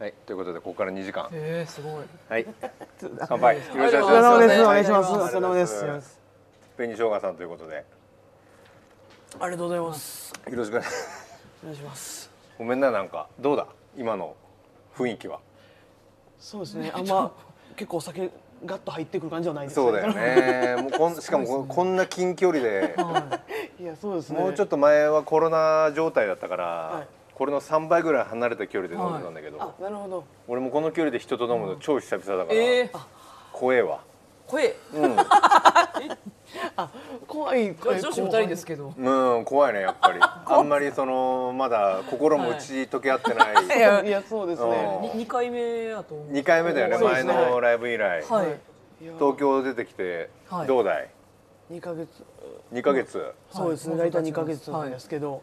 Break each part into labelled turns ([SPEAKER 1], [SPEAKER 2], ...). [SPEAKER 1] はい、ということでここから2時間
[SPEAKER 2] えー、すごい。
[SPEAKER 1] はい乾杯よろしくお
[SPEAKER 3] お
[SPEAKER 1] 願いしま
[SPEAKER 3] 疲
[SPEAKER 1] す
[SPEAKER 3] れ様で
[SPEAKER 2] お
[SPEAKER 3] す。お
[SPEAKER 2] 願
[SPEAKER 3] 願
[SPEAKER 2] い
[SPEAKER 3] い
[SPEAKER 2] し
[SPEAKER 3] し
[SPEAKER 2] ま
[SPEAKER 3] ますす。
[SPEAKER 2] お
[SPEAKER 3] お
[SPEAKER 1] 疲れ
[SPEAKER 3] 疲
[SPEAKER 1] 様
[SPEAKER 3] れ様
[SPEAKER 1] で
[SPEAKER 3] ですす。
[SPEAKER 1] 紅生姜さんということで
[SPEAKER 2] ありがとうございます。
[SPEAKER 1] よろしくお願い
[SPEAKER 2] お願いします。
[SPEAKER 1] ごめんななんかどうだ今の雰囲気は
[SPEAKER 3] そうですね。あんま結構お酒ガッと入ってくる感じはないですね。
[SPEAKER 1] そうだよ。ねもうこんしかもこ,、んな近距離で
[SPEAKER 3] いやそうですね。
[SPEAKER 1] もうちょ
[SPEAKER 3] っ
[SPEAKER 1] っと前はコロナ状態だったから、
[SPEAKER 3] い
[SPEAKER 1] これの3倍ぐらい離れた距離で飲んでたんだけど、
[SPEAKER 3] あ、なるほど。
[SPEAKER 1] 俺もこの距離で人と飲むの超久々だから、
[SPEAKER 2] えー、
[SPEAKER 1] 怖えわ
[SPEAKER 2] 声、
[SPEAKER 3] あ、怖い。
[SPEAKER 2] こ
[SPEAKER 3] 怖
[SPEAKER 2] れ
[SPEAKER 3] い
[SPEAKER 2] 女子二人ですけど。
[SPEAKER 1] うん怖いねやっぱりあんまりそのまだ心も打ち解け合ってない、
[SPEAKER 2] い
[SPEAKER 3] 怖
[SPEAKER 2] や
[SPEAKER 3] いいやそうです
[SPEAKER 1] うん
[SPEAKER 3] ね。
[SPEAKER 2] に二回目やと思う。
[SPEAKER 1] 2回目だよね
[SPEAKER 3] そうで
[SPEAKER 1] 前
[SPEAKER 3] すね
[SPEAKER 1] のライブ以来、
[SPEAKER 2] はい。
[SPEAKER 3] いや
[SPEAKER 1] 東京出てきて、
[SPEAKER 2] はい
[SPEAKER 1] どうだい
[SPEAKER 3] 二ヶ月。
[SPEAKER 1] 2ヶ月、
[SPEAKER 3] そうですね。
[SPEAKER 2] はい
[SPEAKER 3] 大体二ヶ月なんですけど。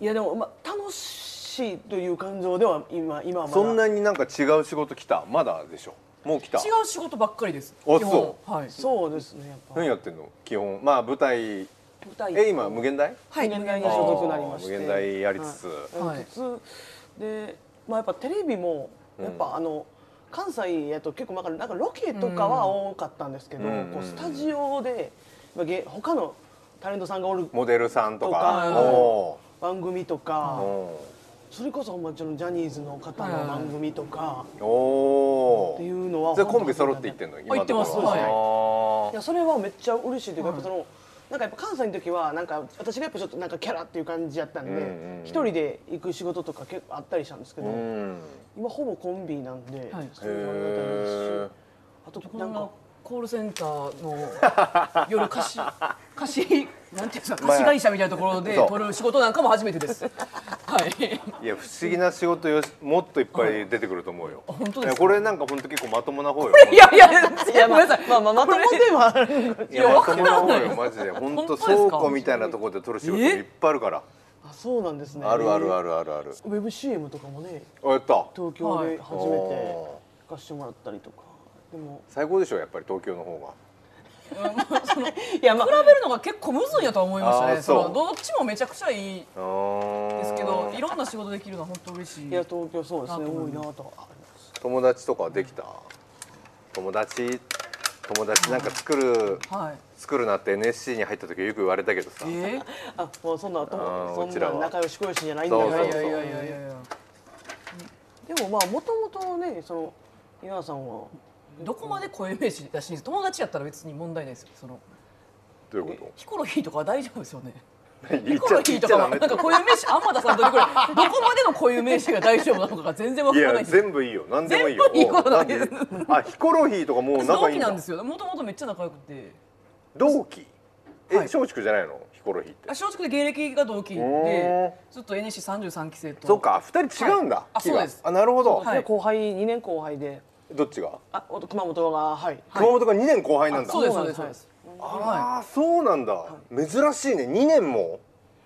[SPEAKER 3] いやでもまあ楽しいという感情では今今はまだ。
[SPEAKER 1] そんなになんか違う仕事来たまだでしょもう来た
[SPEAKER 2] 違う仕事ばっかりです。
[SPEAKER 1] あ
[SPEAKER 2] 基本はい。
[SPEAKER 3] そうですね。やっぱ。
[SPEAKER 1] 何やってんの基本まあ舞台
[SPEAKER 2] 舞台
[SPEAKER 1] え今無限大
[SPEAKER 2] はい。
[SPEAKER 3] 無限大に
[SPEAKER 1] あ
[SPEAKER 3] 所属
[SPEAKER 1] ー
[SPEAKER 3] になりまして。
[SPEAKER 1] 無限大やりつつ、
[SPEAKER 3] は、
[SPEAKER 2] はいい
[SPEAKER 3] やりつつで、まあ、やっぱテレビもやっぱ、あの関西やと結構なんかなんかロケとかは多かったんですけど、
[SPEAKER 1] うん
[SPEAKER 3] こうスタジオで、まあ、げ他のタレントさんがおる
[SPEAKER 1] モデルさんと
[SPEAKER 3] と
[SPEAKER 1] か
[SPEAKER 3] か
[SPEAKER 1] お
[SPEAKER 3] 番組と
[SPEAKER 1] ー
[SPEAKER 3] か、
[SPEAKER 1] お
[SPEAKER 3] それこそほんまちょっとジャニーズの方の番組とか
[SPEAKER 1] ーお
[SPEAKER 3] っていうのは、
[SPEAKER 1] それコンビ揃って行ってんの今のところ
[SPEAKER 2] 行ってます
[SPEAKER 3] はい
[SPEAKER 1] あ
[SPEAKER 3] いやそれはめっちゃ嬉しいというか、やっぱそのなんかやっぱ関西の時はなんか私がやっぱちょっとなんかキャラっていう感じやったんで
[SPEAKER 1] うんうんうん
[SPEAKER 3] 一、人で行く仕事とか結構あったりしたんですけど、
[SPEAKER 1] ーうん
[SPEAKER 3] 今ほぼコンビなんで、
[SPEAKER 2] はい
[SPEAKER 3] そういう考え方ですしあと
[SPEAKER 2] こ
[SPEAKER 3] な
[SPEAKER 2] の
[SPEAKER 3] んか
[SPEAKER 2] コールセンターの夜貸 し貸しなんていうんですか貸し会社みたいなところで
[SPEAKER 1] そう
[SPEAKER 2] 取る仕事なんかも初めて です。はい。
[SPEAKER 1] いや不思議な仕事よしもっといっぱい出てくると思うよ、
[SPEAKER 2] 本当
[SPEAKER 1] い
[SPEAKER 2] で
[SPEAKER 1] や
[SPEAKER 2] すか
[SPEAKER 1] これなんか本当結構まともな方よ
[SPEAKER 2] いやいやいやごめんなさい。まあまあま
[SPEAKER 3] まともではあるんで
[SPEAKER 1] いや
[SPEAKER 2] いや
[SPEAKER 1] まともな方
[SPEAKER 2] わかん
[SPEAKER 1] よ
[SPEAKER 2] ない
[SPEAKER 1] マジで本当
[SPEAKER 2] 本当です
[SPEAKER 1] 倉
[SPEAKER 2] か
[SPEAKER 1] 庫みたいなところで撮る仕事も
[SPEAKER 2] え
[SPEAKER 1] いっぱいあるから
[SPEAKER 3] あそうなんですね
[SPEAKER 1] あるある
[SPEAKER 3] あ
[SPEAKER 1] あるあるある
[SPEAKER 3] るウェブ CM とかもね
[SPEAKER 1] あやった
[SPEAKER 3] 東京で初めて
[SPEAKER 1] おー
[SPEAKER 3] 行かしてもらったりとかでも
[SPEAKER 1] 最高でしょやっぱり東京の方が
[SPEAKER 3] いやま
[SPEAKER 2] 比べるのが結構むずいやとは思いました
[SPEAKER 1] あー
[SPEAKER 2] ね。
[SPEAKER 1] そ
[SPEAKER 2] そ
[SPEAKER 1] う
[SPEAKER 2] のどっちもめちゃくちゃいい
[SPEAKER 1] で
[SPEAKER 2] ですけど、いろんな仕事できるのは本当嬉しい。
[SPEAKER 3] いや東京そうですね
[SPEAKER 2] あと
[SPEAKER 3] 多いなとはあります
[SPEAKER 1] 友達とかできた友達友達なんか作る
[SPEAKER 2] はい。
[SPEAKER 1] 作るなって NSC に入った時よく言われたけどさ
[SPEAKER 2] え
[SPEAKER 3] あもうそんな
[SPEAKER 1] あー
[SPEAKER 3] と
[SPEAKER 1] う
[SPEAKER 3] そ
[SPEAKER 1] ち
[SPEAKER 3] ん
[SPEAKER 1] ら
[SPEAKER 3] な
[SPEAKER 1] は
[SPEAKER 3] 仲良しこよしじゃないんだ
[SPEAKER 2] ー、
[SPEAKER 3] か
[SPEAKER 1] そ
[SPEAKER 3] ら
[SPEAKER 1] う
[SPEAKER 2] い
[SPEAKER 1] そう
[SPEAKER 2] や
[SPEAKER 1] そう
[SPEAKER 2] いやいやいやいや。
[SPEAKER 3] でもまあもともとねその井原さんは
[SPEAKER 2] どこまで声名詞出していいんです友達やったら別に問題ないですよ。その
[SPEAKER 1] どういうこ
[SPEAKER 2] ヒコロヒーとかは大丈夫ですよね。
[SPEAKER 1] と言
[SPEAKER 2] ヒ
[SPEAKER 1] っ
[SPEAKER 2] コ
[SPEAKER 1] ちゃ
[SPEAKER 2] ロ
[SPEAKER 1] っ
[SPEAKER 2] ヒ
[SPEAKER 1] 言
[SPEAKER 2] ー
[SPEAKER 1] っちゃ
[SPEAKER 2] とか
[SPEAKER 1] ダ
[SPEAKER 2] は
[SPEAKER 1] メ
[SPEAKER 2] な
[SPEAKER 1] っ
[SPEAKER 2] ん
[SPEAKER 1] て
[SPEAKER 2] か固有名詞あんま出さんといてくれ。どこまでの固有名詞が大丈夫なのかが全然わか
[SPEAKER 1] い
[SPEAKER 2] らな
[SPEAKER 1] や
[SPEAKER 2] いんです。
[SPEAKER 1] 全部いいよ何でもいいよ
[SPEAKER 2] 全部いいことない
[SPEAKER 1] おう何であヒコロヒーとかもう仲
[SPEAKER 2] 同
[SPEAKER 1] いい
[SPEAKER 2] 期
[SPEAKER 1] ん
[SPEAKER 2] な
[SPEAKER 1] だ
[SPEAKER 2] んですよ。もともとめっちゃ仲良くて。
[SPEAKER 1] 同期え
[SPEAKER 2] はい
[SPEAKER 1] 松竹じゃないのヒコロヒーって
[SPEAKER 2] あ松竹で芸歴が同期
[SPEAKER 1] おー
[SPEAKER 2] で、ずっと NSC33 期生と。
[SPEAKER 1] そっか二人違うんだ
[SPEAKER 2] はいあ
[SPEAKER 1] 木が
[SPEAKER 2] そうです
[SPEAKER 1] あなるほど
[SPEAKER 2] はい
[SPEAKER 3] で後輩2年後輩で
[SPEAKER 1] どっちが
[SPEAKER 3] あお熊本がはい
[SPEAKER 1] 熊本が2年後輩なんだ
[SPEAKER 2] そうですそうです
[SPEAKER 3] そ
[SPEAKER 2] そううで
[SPEAKER 3] なんです
[SPEAKER 2] す。
[SPEAKER 1] ああそうなんだ珍しいね2年も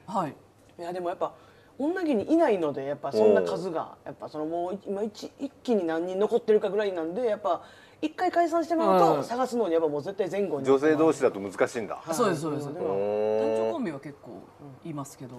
[SPEAKER 2] はい。
[SPEAKER 3] いやでもやっぱ女芸人いないのでやっぱそんな数がやっぱそのもう今一一気に何人残ってるかぐらいなんでやっぱ一回解散してもらう
[SPEAKER 2] う
[SPEAKER 3] と
[SPEAKER 2] ん
[SPEAKER 3] 探すのにやっぱもう絶対前後に
[SPEAKER 1] 女性同士だと難しいんだ
[SPEAKER 2] そうですそうです
[SPEAKER 3] なの
[SPEAKER 1] お
[SPEAKER 3] は
[SPEAKER 2] 男
[SPEAKER 1] ー
[SPEAKER 2] 女コンビは結構いますけど。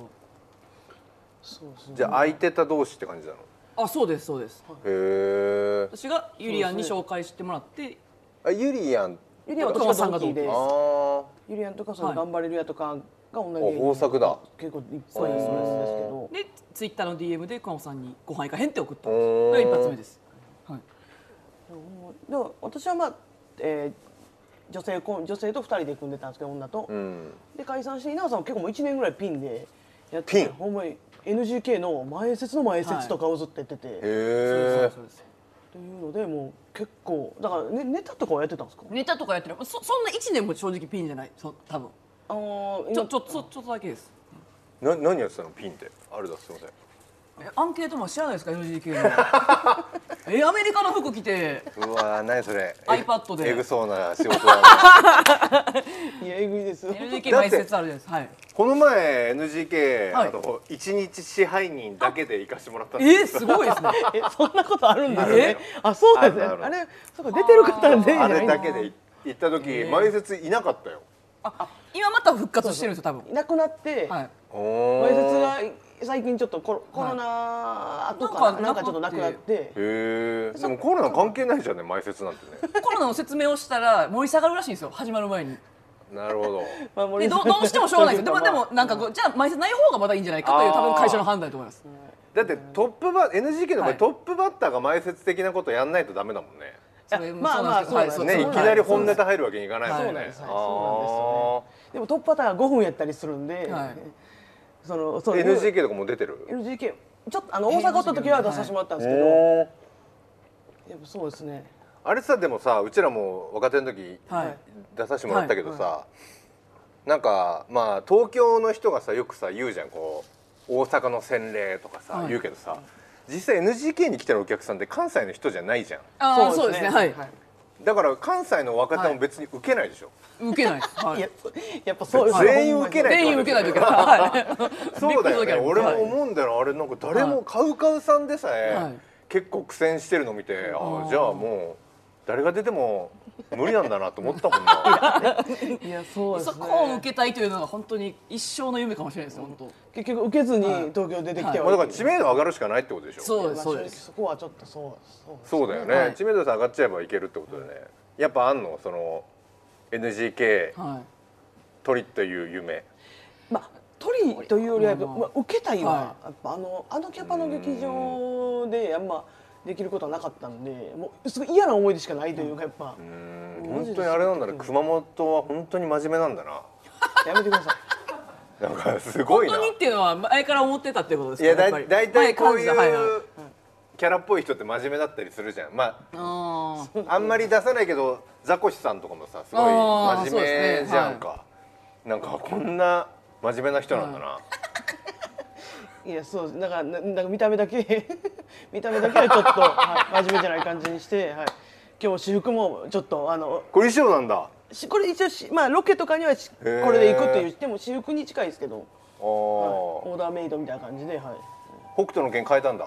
[SPEAKER 3] そうそう
[SPEAKER 1] じゃあ空いてた同士って感じなの
[SPEAKER 2] あ、そうですそうです。
[SPEAKER 1] へえ
[SPEAKER 2] 私がゆりやんに紹介してもらって、
[SPEAKER 1] あゆりやん
[SPEAKER 3] ゆりやんは私が同期で
[SPEAKER 1] あー
[SPEAKER 3] ゆりやんとかその
[SPEAKER 2] はい
[SPEAKER 3] 頑張れるやとかが女
[SPEAKER 1] お
[SPEAKER 3] 芸人
[SPEAKER 1] 豊作だ
[SPEAKER 3] 結構いっぱいいるんですけど
[SPEAKER 2] でツイッターの DM で熊本さんにご飯行かへんって送ったんです
[SPEAKER 1] おー
[SPEAKER 2] これが一発目です、はい、
[SPEAKER 3] でも私はまあ、えー女性コン女性と二人で組んでたんですけど女と、
[SPEAKER 1] うん
[SPEAKER 3] で解散して稲葉さんは結構もう1年ぐらいピンでやってて
[SPEAKER 1] ピン
[SPEAKER 3] ほんまに NGK の前説の前説とかをずっとやってて、
[SPEAKER 1] へ
[SPEAKER 3] っ
[SPEAKER 1] え
[SPEAKER 2] そうです
[SPEAKER 3] ていうのでもう結構だから、ね、ネタとかはやってたんですか
[SPEAKER 2] ネタとかやってるそそんな1年も正直ピンじゃないそ多分
[SPEAKER 3] あのー
[SPEAKER 2] ちょ
[SPEAKER 3] 今
[SPEAKER 2] ちょちょちょっとだけです
[SPEAKER 1] な何やってたのピンってあれだすいません
[SPEAKER 2] えアンケートマン知らないですか NGK のえアメリカの服着て
[SPEAKER 1] うわー何それ
[SPEAKER 2] iPad で
[SPEAKER 1] エグそうな仕事 だね
[SPEAKER 3] いやえぐいですよ
[SPEAKER 2] NGK 前説あるじゃないですか、はい、
[SPEAKER 1] この前 NGK
[SPEAKER 2] はい
[SPEAKER 1] あの一日支配人だけで行かしてもらったん
[SPEAKER 2] え
[SPEAKER 1] です
[SPEAKER 2] ー、すごいで すね
[SPEAKER 3] えそんなことあるんです
[SPEAKER 2] え
[SPEAKER 3] ねあそうなんです
[SPEAKER 1] あ
[SPEAKER 3] ね
[SPEAKER 1] るあ
[SPEAKER 3] あ
[SPEAKER 1] る
[SPEAKER 3] れそうか出てる方は全員じゃ
[SPEAKER 1] あ
[SPEAKER 3] な
[SPEAKER 1] れ
[SPEAKER 3] い
[SPEAKER 1] だけで行った時前説いなかったよ
[SPEAKER 2] 今また復活してるんですよ多分
[SPEAKER 3] いなくなって、
[SPEAKER 2] はい
[SPEAKER 1] 前
[SPEAKER 3] 前説が最近ちょっとコロコロナ後
[SPEAKER 2] な
[SPEAKER 3] から
[SPEAKER 2] んか
[SPEAKER 3] なんかちょっとなくな
[SPEAKER 2] な
[SPEAKER 3] っ
[SPEAKER 2] く
[SPEAKER 3] て
[SPEAKER 1] へえでもコロナ関係ないじゃんね前説なんてね
[SPEAKER 2] コロナの説明をしたら盛り下がるらしいんですよ始まる前に
[SPEAKER 1] なるほど
[SPEAKER 3] まあ森
[SPEAKER 2] で
[SPEAKER 3] さ
[SPEAKER 2] ど
[SPEAKER 3] ん
[SPEAKER 2] どうしてもしょうがないですよでもで
[SPEAKER 3] まあ
[SPEAKER 2] もなんかこう じゃあ前説ない方がまだいいんじゃないかという多分会社の判断だと思います
[SPEAKER 1] だってトップバ NGK の場合、
[SPEAKER 2] はい
[SPEAKER 1] トップバッターが前説的なことやんないとダメだもんね
[SPEAKER 2] それも
[SPEAKER 3] まあ
[SPEAKER 2] そうなんですけど
[SPEAKER 3] まあ
[SPEAKER 2] はい
[SPEAKER 3] そう
[SPEAKER 2] そう
[SPEAKER 1] ねい
[SPEAKER 2] そう
[SPEAKER 1] きなり
[SPEAKER 2] はい
[SPEAKER 1] 本ネタ入るわけにいかないもんね、
[SPEAKER 2] そうなん
[SPEAKER 3] ですはいそでもトップパターンが5分やったりするんで、
[SPEAKER 2] はい
[SPEAKER 3] そのそ
[SPEAKER 1] あ
[SPEAKER 3] の
[SPEAKER 1] ー NGK とかも出てる
[SPEAKER 3] NGK ちょっとあの大阪おった時は出させてもらったんですけど、
[SPEAKER 1] おー
[SPEAKER 3] やっぱそうですね
[SPEAKER 1] あれさでもさうちらも若手の時、
[SPEAKER 2] はい
[SPEAKER 1] 出させてもらったけどさ、なんかまあ東京の人がさよくさ言うじゃんこう大阪の洗礼とかさ、
[SPEAKER 2] はい
[SPEAKER 1] 言うけどさ実際 NGK に来てるお客さんって関西の人じゃないじゃん
[SPEAKER 2] あーそうですねはい
[SPEAKER 1] だから関西の若手
[SPEAKER 2] は
[SPEAKER 1] も
[SPEAKER 2] い
[SPEAKER 1] 別に受けないでしょ、
[SPEAKER 2] 受けないですはい
[SPEAKER 3] や
[SPEAKER 2] い
[SPEAKER 3] やっぱ そうですね
[SPEAKER 1] 全員受けない
[SPEAKER 2] 全員受けないといけないはい
[SPEAKER 1] そうだよね
[SPEAKER 2] びっくりする時あります
[SPEAKER 1] 俺
[SPEAKER 2] は
[SPEAKER 1] も
[SPEAKER 2] い
[SPEAKER 1] 思うんだよなあれなんか誰もカウカウさんでさえ、
[SPEAKER 2] はい
[SPEAKER 1] 結構苦戦してるの見て、あ
[SPEAKER 2] あ
[SPEAKER 1] あ
[SPEAKER 2] ー
[SPEAKER 1] じゃあもう誰が出ても無理なんだなと思ったもん な
[SPEAKER 3] いやそうです
[SPEAKER 2] そ
[SPEAKER 3] ね
[SPEAKER 2] こを受けたいというのが本当に一生の夢かもしれないですよ本当
[SPEAKER 3] 結局受けずに
[SPEAKER 2] はい
[SPEAKER 3] 東京出てきて
[SPEAKER 1] まあ
[SPEAKER 3] は
[SPEAKER 1] だから知名度上がるしかないってことでしょ
[SPEAKER 2] そうで
[SPEAKER 3] ま
[SPEAKER 2] す
[SPEAKER 3] あ正
[SPEAKER 2] そう
[SPEAKER 3] 直
[SPEAKER 2] です
[SPEAKER 3] そこはちょっとそうそう
[SPEAKER 1] そうだよね、
[SPEAKER 2] はい
[SPEAKER 1] 知名度さ上がっちゃえばいけるってことだよねやっぱあんのその NGK
[SPEAKER 2] はい
[SPEAKER 1] 鳥という夢
[SPEAKER 3] まあ鳥というよりはやっぱ、
[SPEAKER 2] まあ
[SPEAKER 3] まあ、受けたいは
[SPEAKER 2] は
[SPEAKER 3] やっぱあのあのキャパの劇場であんまできることはなかったんでもうすごい嫌な思い出しかないというかやっぱ
[SPEAKER 1] う、ん
[SPEAKER 3] マジ
[SPEAKER 1] 本
[SPEAKER 3] で
[SPEAKER 1] 当にあれなんだね熊本は本当に真面目なんだな
[SPEAKER 3] やめてください
[SPEAKER 1] なんかすごいな
[SPEAKER 2] 本当にっていうのは前から思ってたってことで
[SPEAKER 1] い
[SPEAKER 2] すか
[SPEAKER 1] やだ
[SPEAKER 2] やっぱり
[SPEAKER 1] い大体こうい
[SPEAKER 2] 前感じたはいはいう
[SPEAKER 1] キャラっぽい人って真面目だったりするじゃんま
[SPEAKER 2] あー
[SPEAKER 1] ああんまり出さないけどザコシさんとかもさすごい
[SPEAKER 2] あー
[SPEAKER 1] 真
[SPEAKER 2] そう
[SPEAKER 1] 面
[SPEAKER 2] で
[SPEAKER 1] 目
[SPEAKER 2] すね
[SPEAKER 1] じゃんか、なんかこんな真面目な人なんだな、
[SPEAKER 3] いやそうですだからななんか見た目だけ 見た目だけはちょ っと、はい、真面目じゃない感じにして、はい、今日も私服もちょっとあの
[SPEAKER 1] これ衣装なんだあ
[SPEAKER 3] しこれ一応し、まあ、ロケとかにはしこ
[SPEAKER 1] へー
[SPEAKER 3] れで行くって言っても私服に近いですけど、はい、
[SPEAKER 1] ー、
[SPEAKER 3] オーダーメイドみたいな感じで、は
[SPEAKER 1] 北斗の剣変えたんだ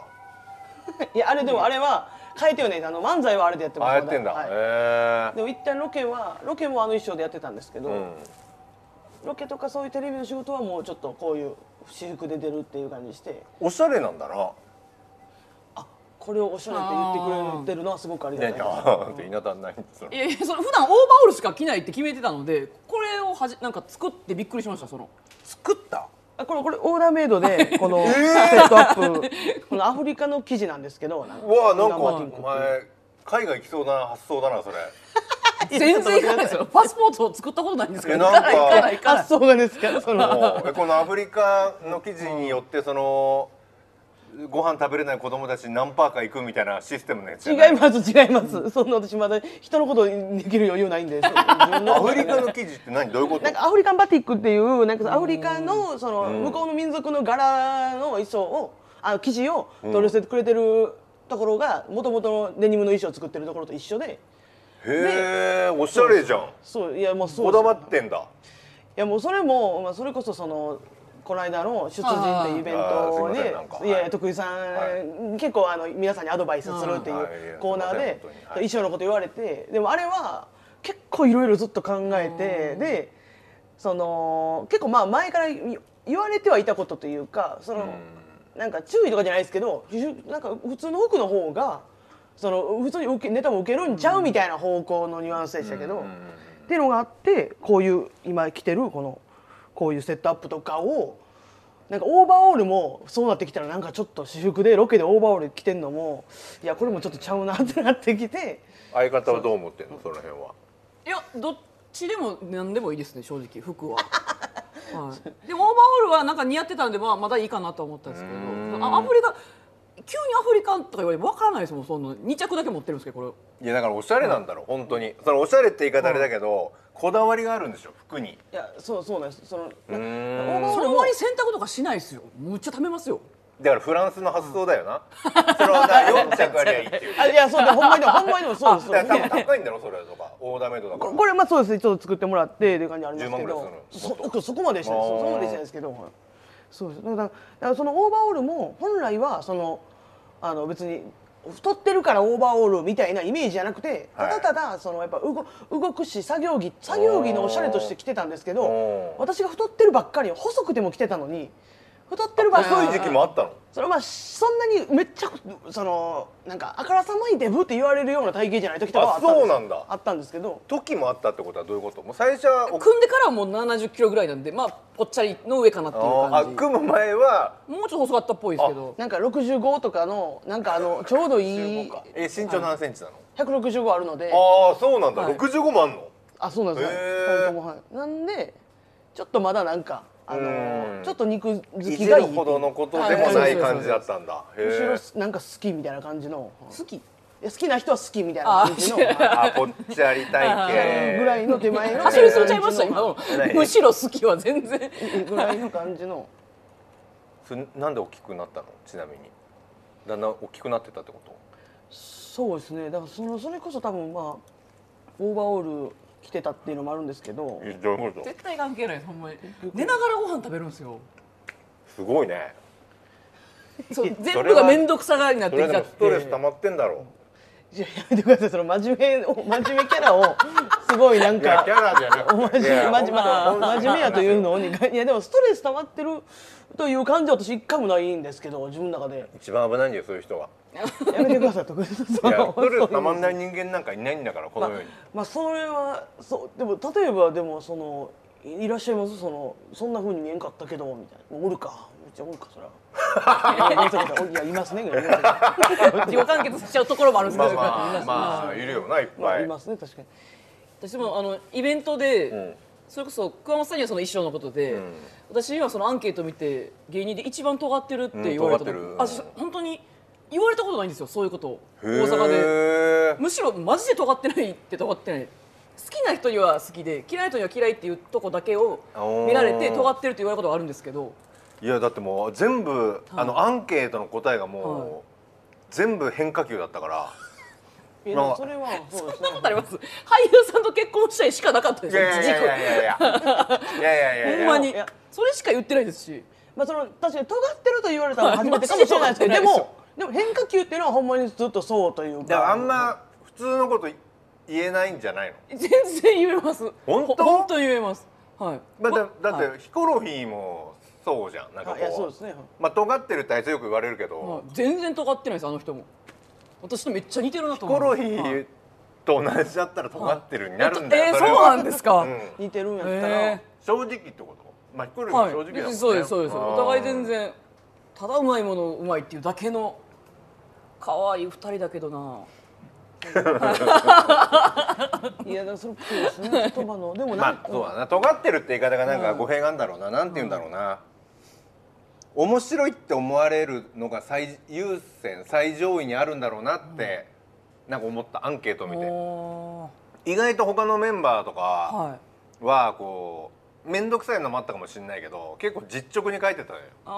[SPEAKER 3] い、いやあれでもあれは変えてはないですあの漫才はあれでやってます
[SPEAKER 1] あやってんだ、
[SPEAKER 3] ま
[SPEAKER 1] へ
[SPEAKER 3] はい
[SPEAKER 1] え
[SPEAKER 3] でも一旦ロケはロケもあの衣装でやってたんですけど、
[SPEAKER 1] うん
[SPEAKER 3] ロケとかそういうテレビの仕事はもうちょっとこういう私服で出るっていう感じにして
[SPEAKER 1] おしゃれなんだな。
[SPEAKER 3] これをおしゃれって言ってくれてるのはすごくあり
[SPEAKER 1] い
[SPEAKER 3] がた
[SPEAKER 1] やい
[SPEAKER 3] いで
[SPEAKER 1] や、
[SPEAKER 3] す
[SPEAKER 1] って稲田ないんですよ
[SPEAKER 2] い。やいやその普段オーバーオールしか着ないって決めてたのでこれをはじなんか作ってびっくりしましたその
[SPEAKER 1] 作った。
[SPEAKER 3] あこれこれオーダーメイドでこのセットアップ、このアフリカの生地なんですけど
[SPEAKER 1] うわあ、なんか、
[SPEAKER 3] オーダーマーティン
[SPEAKER 1] お前、海外行きそうな発想だな、そ れ。
[SPEAKER 2] 全然いかないですよパスポートを作ったことないんですけど
[SPEAKER 1] えなんか
[SPEAKER 2] 行かない行かない
[SPEAKER 3] 発想がですからその
[SPEAKER 1] もうえこのアフリカの記事によって、その。ご飯食べれない子供たち何パーか行くみたいなシステムのやつじ
[SPEAKER 3] 違
[SPEAKER 1] ゃない
[SPEAKER 3] ます違いますそんな私まだ人のことできる余裕ないんでそう自分の
[SPEAKER 1] アフリカの記事って何どういうこと
[SPEAKER 3] なんかアフリカンバティックっていうなんかそのアフリカのその向こうの民族の柄の衣装をあの生地を取り寄せてくれてるところがもともとのデニムの衣装を作ってるところと一緒で
[SPEAKER 1] へえおしゃれじゃん
[SPEAKER 3] そういやもうそう
[SPEAKER 1] こ
[SPEAKER 3] で
[SPEAKER 1] だ
[SPEAKER 3] す
[SPEAKER 1] わってんだ
[SPEAKER 3] いやもうそれも、まあ、それこそそのこの間の出陣っていうイベン
[SPEAKER 1] あーすい
[SPEAKER 3] ト
[SPEAKER 1] ません
[SPEAKER 3] で
[SPEAKER 1] なんか
[SPEAKER 3] いやい
[SPEAKER 1] は
[SPEAKER 3] や
[SPEAKER 1] い
[SPEAKER 3] 徳井さん、結構あの皆さんにアドバイスするってい
[SPEAKER 1] うんはいいや
[SPEAKER 3] うコーナー
[SPEAKER 1] すいません本
[SPEAKER 3] で
[SPEAKER 1] 当にはい
[SPEAKER 3] 衣装のこと言われてでもあれは結構いろいろずっと考えてでその結構まあ前から言言われてはいたことというかそのなんか注意とかじゃないですけど自主なんか普通の服の方がその普通に受けネタも受けるんちゃうみたいな方向のニュアンスでしたけど。っていうのがあってこういう今着てるこのこういうセットアップとかをなんかオーバーオールもそうなってきたらなんかちょっと私服でロケでオーバーオール着てんのもいやこれもちょっとちゃうなってなってきて
[SPEAKER 1] 相方はどう思ってんのその辺はい
[SPEAKER 2] やどっちでも何でもいいですね正直服 は、はい、でもオーバーオールはなんか似合ってたんでまあまだいいかなとは思ったんですけどあアフリカ急にアフリカンとか言われてわからないですもんその2着だけ持ってるんですけどこれ
[SPEAKER 1] いやだからおしゃれなんだろう本当にそのおしゃれって言い方あれだけどこだわりがあるんでしょ服に
[SPEAKER 3] いやそうそうなんですそのなんかオ
[SPEAKER 1] うーん
[SPEAKER 3] ーバーオ
[SPEAKER 2] そ
[SPEAKER 3] ール
[SPEAKER 2] の
[SPEAKER 3] も
[SPEAKER 2] 割に洗濯とかしないですよむっちゃ貯めますよ
[SPEAKER 1] だからフランスの発想だよな。それはな4着ありゃいいっていう。
[SPEAKER 3] あいやそうでほんまにでもほんまにでもそうですそう
[SPEAKER 1] だ
[SPEAKER 3] で
[SPEAKER 1] から
[SPEAKER 3] す
[SPEAKER 1] 多分高いんだろそれとかオーダーメイドだから
[SPEAKER 3] これまあそうですねちょっと作ってもらってっていう感じあります
[SPEAKER 1] 10
[SPEAKER 3] け
[SPEAKER 1] 万ぐ
[SPEAKER 3] ど
[SPEAKER 1] らいするのもっと
[SPEAKER 3] そそこまでしたんです
[SPEAKER 1] あー
[SPEAKER 3] そこまでしたんですけどはいそうですだからだからそのオーバーオールも本来はそのあの別に太ってるからオーバーオールみたいなイメージじゃなくてた
[SPEAKER 1] はい
[SPEAKER 3] だただそのやっぱ動動くし作業着作業着のおしゃれとして着てたんですけ
[SPEAKER 1] お
[SPEAKER 3] ど
[SPEAKER 1] ー
[SPEAKER 3] 私が太ってるばっかり細くても着てたのに太ってる場合
[SPEAKER 1] 細い時期もあったの
[SPEAKER 3] それはまあそんなにめっちゃそのなんかあからさまにデブって言われるような体型じゃない時とかはあったんです
[SPEAKER 1] あそうなんだ
[SPEAKER 3] あったんですけど
[SPEAKER 1] 時もあったってことはどういうこともう最初はお
[SPEAKER 2] 組んでからはもう70キロぐらいなんでまあぽっちゃりの上かなっていう
[SPEAKER 1] あ
[SPEAKER 2] 感じ
[SPEAKER 1] 組む前は
[SPEAKER 2] もうちょっと細かったっぽいですけど
[SPEAKER 3] なんか65とかのなんか あのちょうどい
[SPEAKER 1] 15
[SPEAKER 3] い
[SPEAKER 1] かえ身長何センチなの、
[SPEAKER 3] 165あるので
[SPEAKER 1] ああそうなんだ、
[SPEAKER 2] はい
[SPEAKER 1] 65もあんの
[SPEAKER 3] あそうなんですね
[SPEAKER 1] へー
[SPEAKER 3] 本当もはいなんでちょっとまだなんかあ
[SPEAKER 1] うん
[SPEAKER 3] のちょっと肉好
[SPEAKER 1] い
[SPEAKER 3] き
[SPEAKER 1] じ
[SPEAKER 3] が
[SPEAKER 1] る
[SPEAKER 3] いい
[SPEAKER 1] ほどのことでもない感じだったんだへ
[SPEAKER 3] むし
[SPEAKER 1] え
[SPEAKER 3] ろなんか好きみたいな感じの
[SPEAKER 2] 好き
[SPEAKER 3] いや好きな人は好きみたいな感じの
[SPEAKER 2] あ
[SPEAKER 3] はい
[SPEAKER 1] あぽっちゃり体型
[SPEAKER 3] ぐらいの手前の
[SPEAKER 2] 走りすぎちゃいました今の
[SPEAKER 1] ない
[SPEAKER 2] むしろ好きは全然
[SPEAKER 3] ぐらいの感じの
[SPEAKER 1] それなんで大きくなったのちなみにだんだん大きくなってたってこと
[SPEAKER 3] そうですねだからそのそれこそ多分まあオーバーオール着てたっていうのもあるんですけど
[SPEAKER 1] えどういうこと
[SPEAKER 2] 絶対関係ないですほんまに寝ながらご飯食べるんです よ
[SPEAKER 1] すごいね
[SPEAKER 2] そう
[SPEAKER 1] れは
[SPEAKER 2] 全部が面倒くさがりになっ
[SPEAKER 1] そ
[SPEAKER 2] て
[SPEAKER 1] れ
[SPEAKER 2] き
[SPEAKER 1] で
[SPEAKER 2] ちゃっ
[SPEAKER 1] も
[SPEAKER 2] て
[SPEAKER 1] ストレス溜まってんだろ
[SPEAKER 3] いややめてくださいその真面目を真面目キャラをすごいなん
[SPEAKER 1] ういやキ
[SPEAKER 3] か
[SPEAKER 1] ャラじゃな
[SPEAKER 3] お
[SPEAKER 1] くて
[SPEAKER 3] 真面目真面目
[SPEAKER 1] まあ
[SPEAKER 3] 真面目やというのをねいやでもストレス溜まってるという感じは私一回もないんですけど自分の中で
[SPEAKER 1] 一番危ないんだよそういう人が
[SPEAKER 3] やめてください徳田さん
[SPEAKER 1] いやストレス溜まんない人間なんかいないんだからこの世に
[SPEAKER 3] まあそれはそうでも例えばでもそのいいらっしゃいますそのそんな風に見えんかったけどみたいなおるかめっちゃおるかそら いやごめんなさいごめんなさいいやいますねいますね
[SPEAKER 2] 自己完結しちゃうところもあるんです
[SPEAKER 1] ま
[SPEAKER 2] け
[SPEAKER 1] あ
[SPEAKER 2] ど、
[SPEAKER 1] まあまあいるよないっ
[SPEAKER 3] ま
[SPEAKER 1] ぱ
[SPEAKER 3] あい
[SPEAKER 1] い
[SPEAKER 3] ますね確かに
[SPEAKER 2] 私もあのイベントで、
[SPEAKER 1] ん
[SPEAKER 2] それこそ桑本さんにはその衣装のことで、
[SPEAKER 1] ん
[SPEAKER 2] 私にはそのアンケート見て芸人で一番尖ってるって言われたこと、
[SPEAKER 1] うん尖ってるうん
[SPEAKER 2] あし本当に言われたことないんですよそういうことを大
[SPEAKER 1] へー
[SPEAKER 2] 阪でむしろマジで尖ってないって尖ってない好きな人には好きで嫌いな人には嫌いっていうとこだけを見られて
[SPEAKER 1] おー
[SPEAKER 2] 尖ってるって言われることはあるんですけど
[SPEAKER 1] いやだってもう全部、あのアンケートの答えがもう、
[SPEAKER 2] は
[SPEAKER 1] 全部変化球だったから
[SPEAKER 3] いや
[SPEAKER 1] まあ
[SPEAKER 3] でもそれはそうで
[SPEAKER 2] そん
[SPEAKER 3] す
[SPEAKER 2] な
[SPEAKER 3] ね
[SPEAKER 2] ことあります俳優さんと結婚したいしかなかったですよ事故
[SPEAKER 1] いやいやいやいやいやいやいやいやいや
[SPEAKER 2] ほんまに
[SPEAKER 3] いや
[SPEAKER 2] それしか言ってないですし
[SPEAKER 3] まあその確かに尖ってると言われたら初めてかもしれないですけど
[SPEAKER 2] は
[SPEAKER 3] で
[SPEAKER 2] いマジで尖ってない
[SPEAKER 3] もでも変化球っていうのはほんまにずっとそうというか
[SPEAKER 1] だからあんま普通のこと言えないんじゃないの
[SPEAKER 2] 全然言えます
[SPEAKER 1] 本当
[SPEAKER 2] ほ本当に言えますはい、
[SPEAKER 1] まあだだ
[SPEAKER 2] は
[SPEAKER 1] っ
[SPEAKER 2] い
[SPEAKER 1] てヒコロヒーもそうじゃんなんか
[SPEAKER 3] あいやそ
[SPEAKER 1] こ
[SPEAKER 3] うです
[SPEAKER 1] う
[SPEAKER 3] ね
[SPEAKER 1] まあ尖ってるってあいつよく言われるけ
[SPEAKER 2] は
[SPEAKER 1] ど
[SPEAKER 2] い全然尖ってないですあの人も私とめっちゃ似てるなと
[SPEAKER 1] ヒ
[SPEAKER 2] 思
[SPEAKER 1] コロ
[SPEAKER 2] う
[SPEAKER 1] ヒーと同じだったら尖ってるになるんだよ
[SPEAKER 2] えー、
[SPEAKER 1] そ
[SPEAKER 2] そ
[SPEAKER 1] れ
[SPEAKER 2] う
[SPEAKER 1] は
[SPEAKER 2] なんですか、
[SPEAKER 1] うん
[SPEAKER 3] 似てるんやったら、
[SPEAKER 2] え
[SPEAKER 1] 正直ってことまあヒコロ
[SPEAKER 2] ー
[SPEAKER 1] ヒーも
[SPEAKER 2] はい
[SPEAKER 1] 正直だもんね
[SPEAKER 2] 別にそうですそうですお互い全然ただうまいものうまいっていうだけの可愛い二人だけどな、
[SPEAKER 3] いやだからそれそうですね言葉のでもなん
[SPEAKER 1] まあ
[SPEAKER 3] か、
[SPEAKER 1] そうだな尖ってるって言い方がなんか語弊があるんだろうな、なんて言うんだろうな、面白いって思われるのが最優先最上位にあるんだろうなって、なんか思ったアンケートを見て
[SPEAKER 2] お
[SPEAKER 1] 意外と他のメンバーと
[SPEAKER 2] ー
[SPEAKER 1] か
[SPEAKER 2] はい
[SPEAKER 1] はこう面倒くさいのもあったかもしれないけど結構実直に書いてたのよ
[SPEAKER 2] あ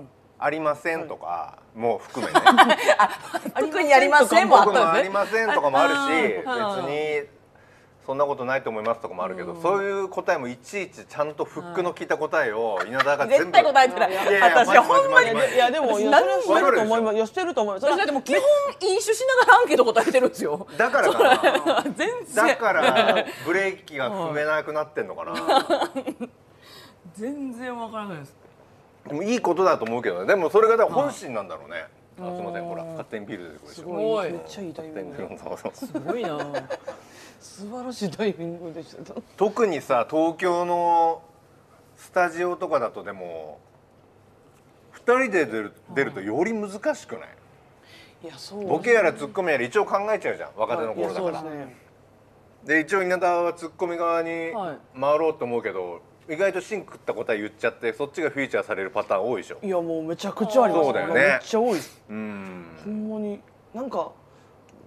[SPEAKER 2] ー
[SPEAKER 1] ありませんとか、もう含めね
[SPEAKER 2] 特にありませんもあ
[SPEAKER 1] 僕も
[SPEAKER 2] った
[SPEAKER 1] あり
[SPEAKER 2] んですね
[SPEAKER 1] ませんとかもあるし
[SPEAKER 2] あー
[SPEAKER 1] 別にそんなことないと思いますとかもあるけど、そういう答えもいちいちちゃんとフックの効いた答えを稲田が全部
[SPEAKER 2] 絶対答えてない
[SPEAKER 1] いやいや
[SPEAKER 2] 私
[SPEAKER 1] マジ
[SPEAKER 2] ほんまに
[SPEAKER 1] マジマジ
[SPEAKER 3] いやでもいやそれはしてると思いますいやしてると思いますそ
[SPEAKER 2] 私
[SPEAKER 3] れは
[SPEAKER 2] だってもう基本飲酒しながらアンケート答えてるんですよ
[SPEAKER 1] だからかな
[SPEAKER 2] 全然
[SPEAKER 1] だ からブレーキが踏めなくなってんのかな
[SPEAKER 2] 全然わからないです
[SPEAKER 1] でもいいことだと思うけどねでもそれがだから本心なんだろうねあすいませんほら勝手にビール出てくるでし
[SPEAKER 3] す
[SPEAKER 1] ょ
[SPEAKER 2] す
[SPEAKER 3] ご
[SPEAKER 2] ごい
[SPEAKER 3] いめっちゃいいタイミング
[SPEAKER 1] そうそうそう
[SPEAKER 2] すごいな
[SPEAKER 3] 素晴らしいタイミングでした
[SPEAKER 1] 特にさ東京のスタジオとかだとでも2人で出る出るとより難しくない
[SPEAKER 3] いやそう
[SPEAKER 1] ボケやらツッコミやら一応考えちゃうじゃん若手の頃だから
[SPEAKER 3] いやそうですね
[SPEAKER 1] で一応稲田はツッコミ側に
[SPEAKER 2] はい
[SPEAKER 1] 回ろうと思うけど、意外とシンクった答え言っちゃってそっちがフィーチャーされるパターン多いでしょ
[SPEAKER 3] いやもうめちゃくちゃあります
[SPEAKER 1] そうだよね
[SPEAKER 3] めっちゃ多いです
[SPEAKER 1] うん
[SPEAKER 3] ほんまになんか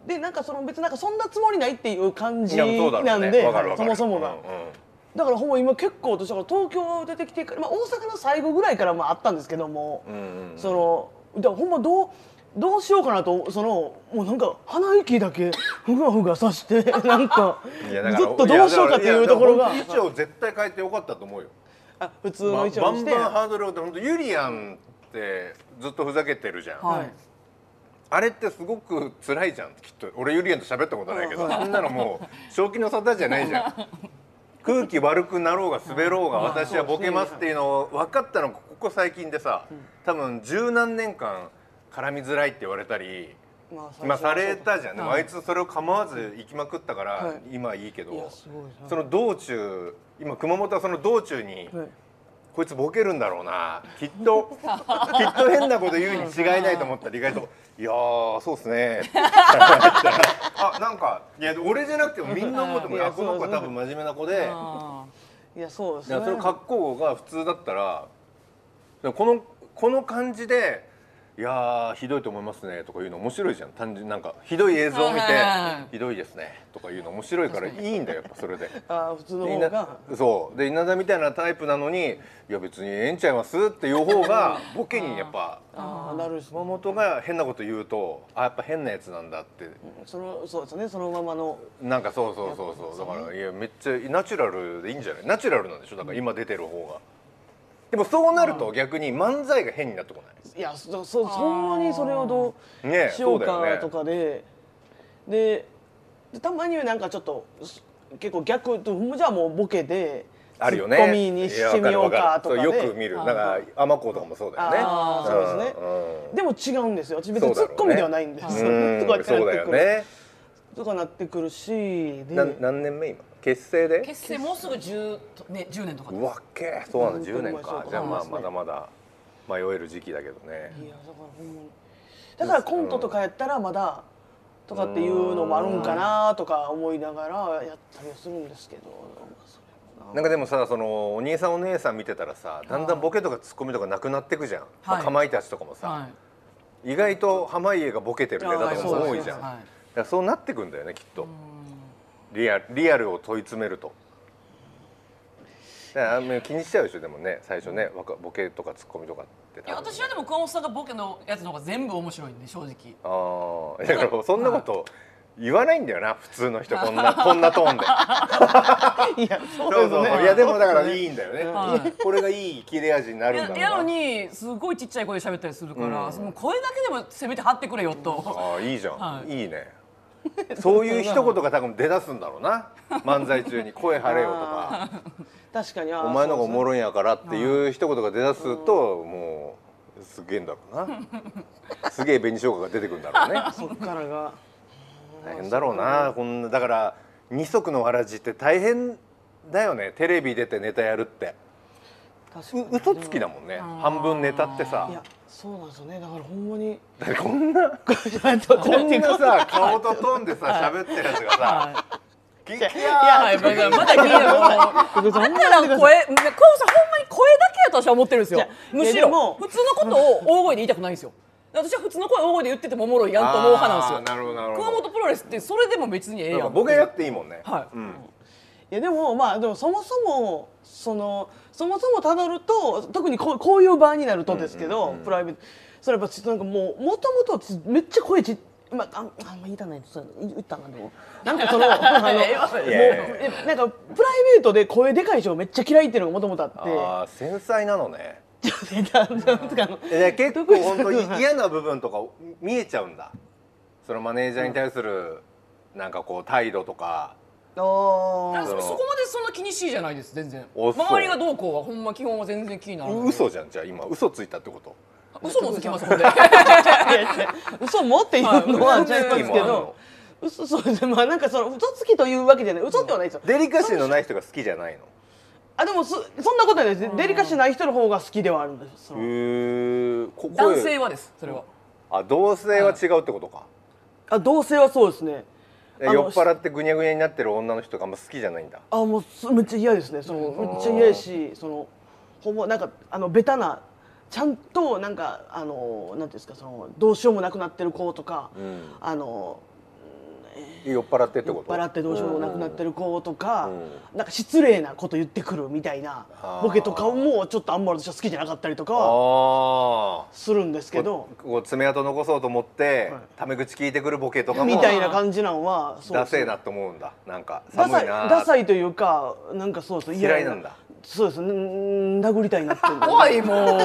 [SPEAKER 3] でなんかその別になんかそんなつもりないっていう感
[SPEAKER 1] い
[SPEAKER 3] じ
[SPEAKER 1] や
[SPEAKER 3] な
[SPEAKER 1] そうん
[SPEAKER 3] で
[SPEAKER 1] だろうねわかるわか
[SPEAKER 3] そ
[SPEAKER 1] る
[SPEAKER 3] もそもが、
[SPEAKER 1] う
[SPEAKER 3] だからほんま今結構私だから東京出てきてから、まあ、大阪の最後ぐらいからもあったんですけども、
[SPEAKER 1] んうんうんうん
[SPEAKER 3] そのだからほんまどうどうしようかなとそのもうなんか鼻息だけふがふがさして なんか
[SPEAKER 1] いやだ
[SPEAKER 3] ず
[SPEAKER 1] ら
[SPEAKER 3] っとどうしようかっていうところが
[SPEAKER 1] いやだから衣装絶対変えてよかったと思うよ
[SPEAKER 3] あ普通
[SPEAKER 1] ま
[SPEAKER 3] の
[SPEAKER 1] あ
[SPEAKER 3] 一応
[SPEAKER 1] バ
[SPEAKER 3] にし
[SPEAKER 1] ン
[SPEAKER 3] て、
[SPEAKER 1] バンハードルを本当ユリアンってずっとふざけてるじゃん、
[SPEAKER 2] はい
[SPEAKER 1] あれってすごく辛 いじゃんきっと俺ユリアンと喋ったことないけど、
[SPEAKER 3] うん
[SPEAKER 1] そんなのもう正気の沙汰じゃないじゃん空気悪くなろうが滑ろうが私はボケますっていうのを分かったのがここ最近でさ多分十何年間絡みづらいって言われたり
[SPEAKER 3] まあ最初はそう
[SPEAKER 1] 今されたじゃんでも
[SPEAKER 2] は
[SPEAKER 1] あ
[SPEAKER 2] い
[SPEAKER 1] いつそれを構わず行きまくったから
[SPEAKER 3] はい
[SPEAKER 1] 今いいけど
[SPEAKER 3] いやすごいな
[SPEAKER 1] その道中今熊本はその道中に
[SPEAKER 3] はい
[SPEAKER 1] こいつボケるんだろうなきっときっと変なこと言うに違いないと思ったら意外と「いやーそうっす ね」あなんかいや俺じゃなくてもみんな思っても
[SPEAKER 3] いや
[SPEAKER 1] あこの子は多分真面目な子で
[SPEAKER 2] あ
[SPEAKER 3] いやそうです
[SPEAKER 1] だか
[SPEAKER 3] ね
[SPEAKER 1] らその格好が普通だったらでもこのこの感じで「いやーひどいと思いますね」とか言うの面白いじゃん単純になんかひどい映像を見て
[SPEAKER 2] はいはいはい
[SPEAKER 1] 「ひどいですね」とか言うの面白いからいいんだよやっぱそれで。
[SPEAKER 3] あー普通の
[SPEAKER 1] で
[SPEAKER 3] 方
[SPEAKER 1] 稲
[SPEAKER 3] が
[SPEAKER 1] そうで稲田みたいなタイプなのに「いや別にええんちゃいます?」っていう方 がボケにやっぱ
[SPEAKER 3] ああなるし
[SPEAKER 1] 熊本が変なこと言うと「あやっぱ変なやつなんだ」って
[SPEAKER 3] そのそうですねそのままの
[SPEAKER 1] なんかそうそうそうそうだからいやめっちゃナチュラルでいいんじゃないナチュラルなんでしょだから今出てる方が。でもそうなると逆に漫才が変になってこない
[SPEAKER 3] いやそそそんなにそれをどう
[SPEAKER 1] ねえ
[SPEAKER 3] しよう
[SPEAKER 1] そうだよ
[SPEAKER 3] か
[SPEAKER 1] ね
[SPEAKER 3] とかで、ででたまにはなんかちょっとす結構逆とじゃあもうボケで
[SPEAKER 1] あるよね
[SPEAKER 3] ツッコミにしてみよう
[SPEAKER 1] いやわ
[SPEAKER 3] か
[SPEAKER 1] るわる
[SPEAKER 3] とかで
[SPEAKER 1] そうよく見るなんか天子とかもそうだよね
[SPEAKER 3] あーそうですね
[SPEAKER 1] うん
[SPEAKER 3] でも違うんですよ私別に
[SPEAKER 1] そ
[SPEAKER 3] ツ
[SPEAKER 1] うだろうね
[SPEAKER 3] ッコミではないんですよ、
[SPEAKER 1] うん
[SPEAKER 3] とかって
[SPEAKER 1] そう
[SPEAKER 3] なっ
[SPEAKER 1] だ
[SPEAKER 3] て
[SPEAKER 1] よ
[SPEAKER 3] くる、
[SPEAKER 1] ね
[SPEAKER 3] とかなってくるしで
[SPEAKER 1] な何年目今結成で
[SPEAKER 2] ー結成もうすぐ10と、ね、10年とか
[SPEAKER 1] うわっけーそうなんだ
[SPEAKER 3] う
[SPEAKER 1] 10
[SPEAKER 3] ん
[SPEAKER 1] 年
[SPEAKER 3] そう
[SPEAKER 1] か
[SPEAKER 3] か
[SPEAKER 1] じゃあまあ
[SPEAKER 3] そうです
[SPEAKER 1] ま
[SPEAKER 3] ね
[SPEAKER 1] だまだ迷える時期だけどね
[SPEAKER 3] いやだからほんまにだからコントとかやったらまだとかっていうのもあるんかなとか思いながらやったりはするんですけど、まあそれもな
[SPEAKER 1] なんかでもさそのお兄さんお姉さん見てたらさだんだんボケとかツッコミとかなくなってくじゃん、まあ
[SPEAKER 2] はい
[SPEAKER 1] かまいたちとかもさ、
[SPEAKER 2] はい
[SPEAKER 1] 意外と濱家がボケてるネタとか
[SPEAKER 3] あー
[SPEAKER 1] も
[SPEAKER 3] そう
[SPEAKER 1] 多
[SPEAKER 3] で
[SPEAKER 1] い
[SPEAKER 3] す
[SPEAKER 1] じゃん
[SPEAKER 2] はい
[SPEAKER 1] だからそうなってくんだよねきっとリアリアルを問い詰めるとだからあんまり気にしちゃうでしょでもね最初ねわかボケとかツッコミとかって
[SPEAKER 2] い
[SPEAKER 1] 多
[SPEAKER 2] や
[SPEAKER 1] 分
[SPEAKER 2] 私はでも熊本さんがボケのやつの方が全部面白いんで正直
[SPEAKER 1] あ あだからそんなこと言わないんだよな普通の人こんなこんなトーンで。
[SPEAKER 3] いやそう
[SPEAKER 1] そう
[SPEAKER 3] です
[SPEAKER 1] そうそう
[SPEAKER 3] ね
[SPEAKER 1] いやでもだからいいんだよね、
[SPEAKER 2] はい
[SPEAKER 1] これがいい切れ味になるんだろう
[SPEAKER 2] い
[SPEAKER 1] な
[SPEAKER 2] ややのにすごいちっちゃい声で喋ったりするから、もう声だけでもせめて張ってくれよと、
[SPEAKER 1] ああいいじゃん、
[SPEAKER 2] はい
[SPEAKER 1] い、いねそういう一言が多分出だすんだろうな漫才中に「声張れよ」とか
[SPEAKER 3] 確かに
[SPEAKER 1] 「
[SPEAKER 3] あー
[SPEAKER 1] お前のがおも
[SPEAKER 3] そう
[SPEAKER 1] ろいんやから」っていう一言が出だすともうすげえんだろうなすげえ紅生姜が出てくるんだろうね
[SPEAKER 3] ですねそっからが
[SPEAKER 1] 大変だろうなこんなだから二足のわらじって大変だよねテレビ出てネタやるって
[SPEAKER 3] 確かに
[SPEAKER 1] う嘘つきだもんね半分ネタってさ
[SPEAKER 3] いやそうなんですよねだからほんまに
[SPEAKER 1] だってこんなこ
[SPEAKER 3] こ
[SPEAKER 1] んなさ顔とトーンでさ喋ってるやつがさ
[SPEAKER 2] はい
[SPEAKER 1] 「キャー
[SPEAKER 2] はい、まだまだ聞いてる
[SPEAKER 3] 福
[SPEAKER 2] だ
[SPEAKER 3] さん
[SPEAKER 2] から声、ね、こうさんほんまに声だけやと私は思ってるんです
[SPEAKER 3] い
[SPEAKER 2] よ
[SPEAKER 3] や。
[SPEAKER 2] む
[SPEAKER 3] い
[SPEAKER 2] し
[SPEAKER 3] やでも
[SPEAKER 2] ろ普通のことを大声で言いたくないんですよ。私は普通の声を大声で言っててもおもろいやんと思う派なんです
[SPEAKER 1] あーな
[SPEAKER 2] よ。
[SPEAKER 1] るほどなる
[SPEAKER 2] 熊
[SPEAKER 1] ほど
[SPEAKER 2] 本プロレスってそれでも別にええ
[SPEAKER 1] なん
[SPEAKER 2] や
[SPEAKER 1] か
[SPEAKER 2] ん。
[SPEAKER 1] ボケやっていいもんね、
[SPEAKER 2] はい
[SPEAKER 1] うん、
[SPEAKER 3] いやでもまあでもそもそもそのそもそもたどると特にこうこういう場になるとですけど、プライベートそれやっぱなんかもうもともとめっちゃ声ちまああんあんま言いたないです言ったなでもなんかそのあの
[SPEAKER 2] ええ わ
[SPEAKER 1] いやいやいや
[SPEAKER 3] えなんかプライベートで声でかい人がめっちゃ嫌いっていうのがもともとあっ
[SPEAKER 1] ああ繊細なのね
[SPEAKER 3] てちょっと なんですかあの
[SPEAKER 1] え結構
[SPEAKER 3] 特に
[SPEAKER 1] 本当に嫌な部分とか見えちゃうんだそのマネージャーに対するなんかこう態度とか
[SPEAKER 3] あ
[SPEAKER 2] なん
[SPEAKER 3] ー
[SPEAKER 2] かそそこまでそんな気にしいじゃないです全然。
[SPEAKER 1] おそう
[SPEAKER 2] 周りがどうこうはほんま基本は全然気にならない。
[SPEAKER 1] 嘘じゃんじゃあ今嘘ついたってこと
[SPEAKER 2] 嘘もつきますもんね。
[SPEAKER 3] いやいや 嘘もっていうの
[SPEAKER 2] は
[SPEAKER 3] はいちゃいます
[SPEAKER 1] 嘘
[SPEAKER 3] け
[SPEAKER 1] つきもあるの
[SPEAKER 3] ど嘘そうですねまあなんかその嘘つきというわけじゃない嘘ではないですよ
[SPEAKER 1] デリカシーのない人が好きじゃないの
[SPEAKER 3] あでもそそんなことないです、デリカシーない人の方が好きではあるんですその
[SPEAKER 1] へえこ声
[SPEAKER 2] 男性はですそれは。
[SPEAKER 1] あ同性は違うってことか、
[SPEAKER 3] あ同性はそうですね
[SPEAKER 1] え
[SPEAKER 3] あ
[SPEAKER 1] 酔
[SPEAKER 3] の
[SPEAKER 1] っ払ってぐにゃぐにゃになってる女の人があんま好きじゃないんだ
[SPEAKER 3] あもうすめっちゃ嫌ですねそのめっちゃ嫌やしそのほんまなんかあのベタなちゃんとなんかあのなんていうんですかそのどうしようもなくなってる子とか、あの
[SPEAKER 1] 酔っ払ってって
[SPEAKER 3] 酔っ
[SPEAKER 1] こと
[SPEAKER 3] 払ってどうしようもなくなってる子とか、
[SPEAKER 1] う
[SPEAKER 3] なんか失礼なこと言ってくるみたいな
[SPEAKER 1] あー
[SPEAKER 3] ボケとかもちょっとあんま私は好きじゃなかったりとかは
[SPEAKER 1] ああ
[SPEAKER 3] するんですけど
[SPEAKER 1] こう爪痕残そうと思って、
[SPEAKER 3] はい
[SPEAKER 1] タメ口聞いてくるボケとかも
[SPEAKER 3] みたいな感じなんはそう
[SPEAKER 1] ダ
[SPEAKER 3] です
[SPEAKER 1] セ
[SPEAKER 3] ね
[SPEAKER 1] えなと思うんだなんか
[SPEAKER 3] ダ
[SPEAKER 1] 寒い
[SPEAKER 3] サい
[SPEAKER 1] な
[SPEAKER 3] ダサいというかなんかそうそう
[SPEAKER 1] 嫌いなんだ
[SPEAKER 3] そうですねうん殴りたいなっていうの
[SPEAKER 2] 怖いもう。
[SPEAKER 1] あそう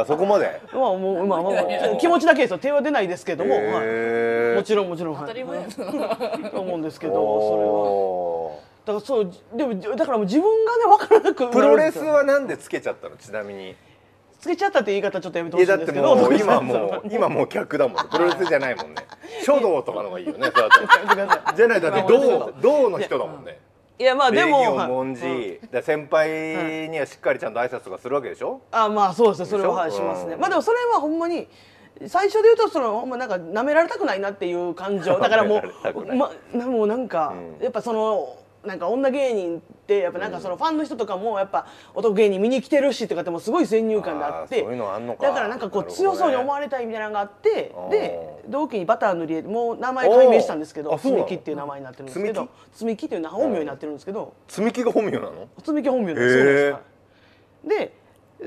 [SPEAKER 1] あそこまで
[SPEAKER 3] まあもうまあまあまあ
[SPEAKER 1] いやいや
[SPEAKER 3] 気持ちだけですよ手は出ないですけども、
[SPEAKER 1] へ
[SPEAKER 3] はい
[SPEAKER 1] ー
[SPEAKER 3] もちろんもちろん、は
[SPEAKER 2] 当
[SPEAKER 3] い
[SPEAKER 2] たり前やな
[SPEAKER 3] はいと思うんですけどそ
[SPEAKER 1] お
[SPEAKER 3] れはだからそうでもだからもう自分がね分からなくなるんです
[SPEAKER 1] プ
[SPEAKER 3] よ
[SPEAKER 1] ロレスはなんでつけちゃったのちなみに
[SPEAKER 3] つけちゃったって言い方ちょっとやめて
[SPEAKER 1] い
[SPEAKER 3] ほ
[SPEAKER 1] や
[SPEAKER 3] し
[SPEAKER 1] だ
[SPEAKER 3] いん
[SPEAKER 1] って
[SPEAKER 3] ですけ
[SPEAKER 1] も
[SPEAKER 3] ど
[SPEAKER 1] う
[SPEAKER 3] 徳井
[SPEAKER 1] 今
[SPEAKER 3] さん
[SPEAKER 1] もう
[SPEAKER 3] そ
[SPEAKER 1] 今もう客だもんプロレスじゃないもんね書道とかの方がいいよねそれだと
[SPEAKER 3] やめてくだ さ
[SPEAKER 1] じゃないだって
[SPEAKER 3] まあ
[SPEAKER 1] 銅銅の人だもんね
[SPEAKER 3] いいやまあ
[SPEAKER 1] 礼
[SPEAKER 3] で
[SPEAKER 1] 儀
[SPEAKER 3] も
[SPEAKER 1] を
[SPEAKER 3] はい
[SPEAKER 1] 文字だから先輩にはしっかりちゃんと挨拶とかするわけでしょ
[SPEAKER 3] あまあそうですねそれははい
[SPEAKER 1] でし
[SPEAKER 3] し
[SPEAKER 1] ょ
[SPEAKER 3] ますね、
[SPEAKER 1] うん
[SPEAKER 3] まあでもそれはほんまに最初で言うとそのほんまなんか舐められたくないなっていう感 情だからも
[SPEAKER 1] 舐められたくな
[SPEAKER 3] う
[SPEAKER 1] い
[SPEAKER 3] まなもうなんか、
[SPEAKER 1] うん
[SPEAKER 3] やっぱそのなんか女芸人ってやっぱなんかそのファンの人とかもやっぱ男芸人見に来てるしとかってもうすごい先入観であって
[SPEAKER 1] あーそういうのあんのか
[SPEAKER 3] だからなんかこ
[SPEAKER 1] な
[SPEAKER 3] う
[SPEAKER 1] るほどね
[SPEAKER 3] 強そうに思われたいみたいなのがあって
[SPEAKER 1] あー
[SPEAKER 3] で同期にバター塗り絵もう名前改名したんですけ
[SPEAKER 1] おー
[SPEAKER 3] ど
[SPEAKER 1] あそうな
[SPEAKER 3] 積
[SPEAKER 1] の
[SPEAKER 3] 木っていう名前になってるんですけ
[SPEAKER 1] うん
[SPEAKER 3] ど積木っていう名本名になってるんですけど。
[SPEAKER 1] 積み木が本名なの
[SPEAKER 3] おつみき本名で
[SPEAKER 1] へー
[SPEAKER 3] すそうなんですはいで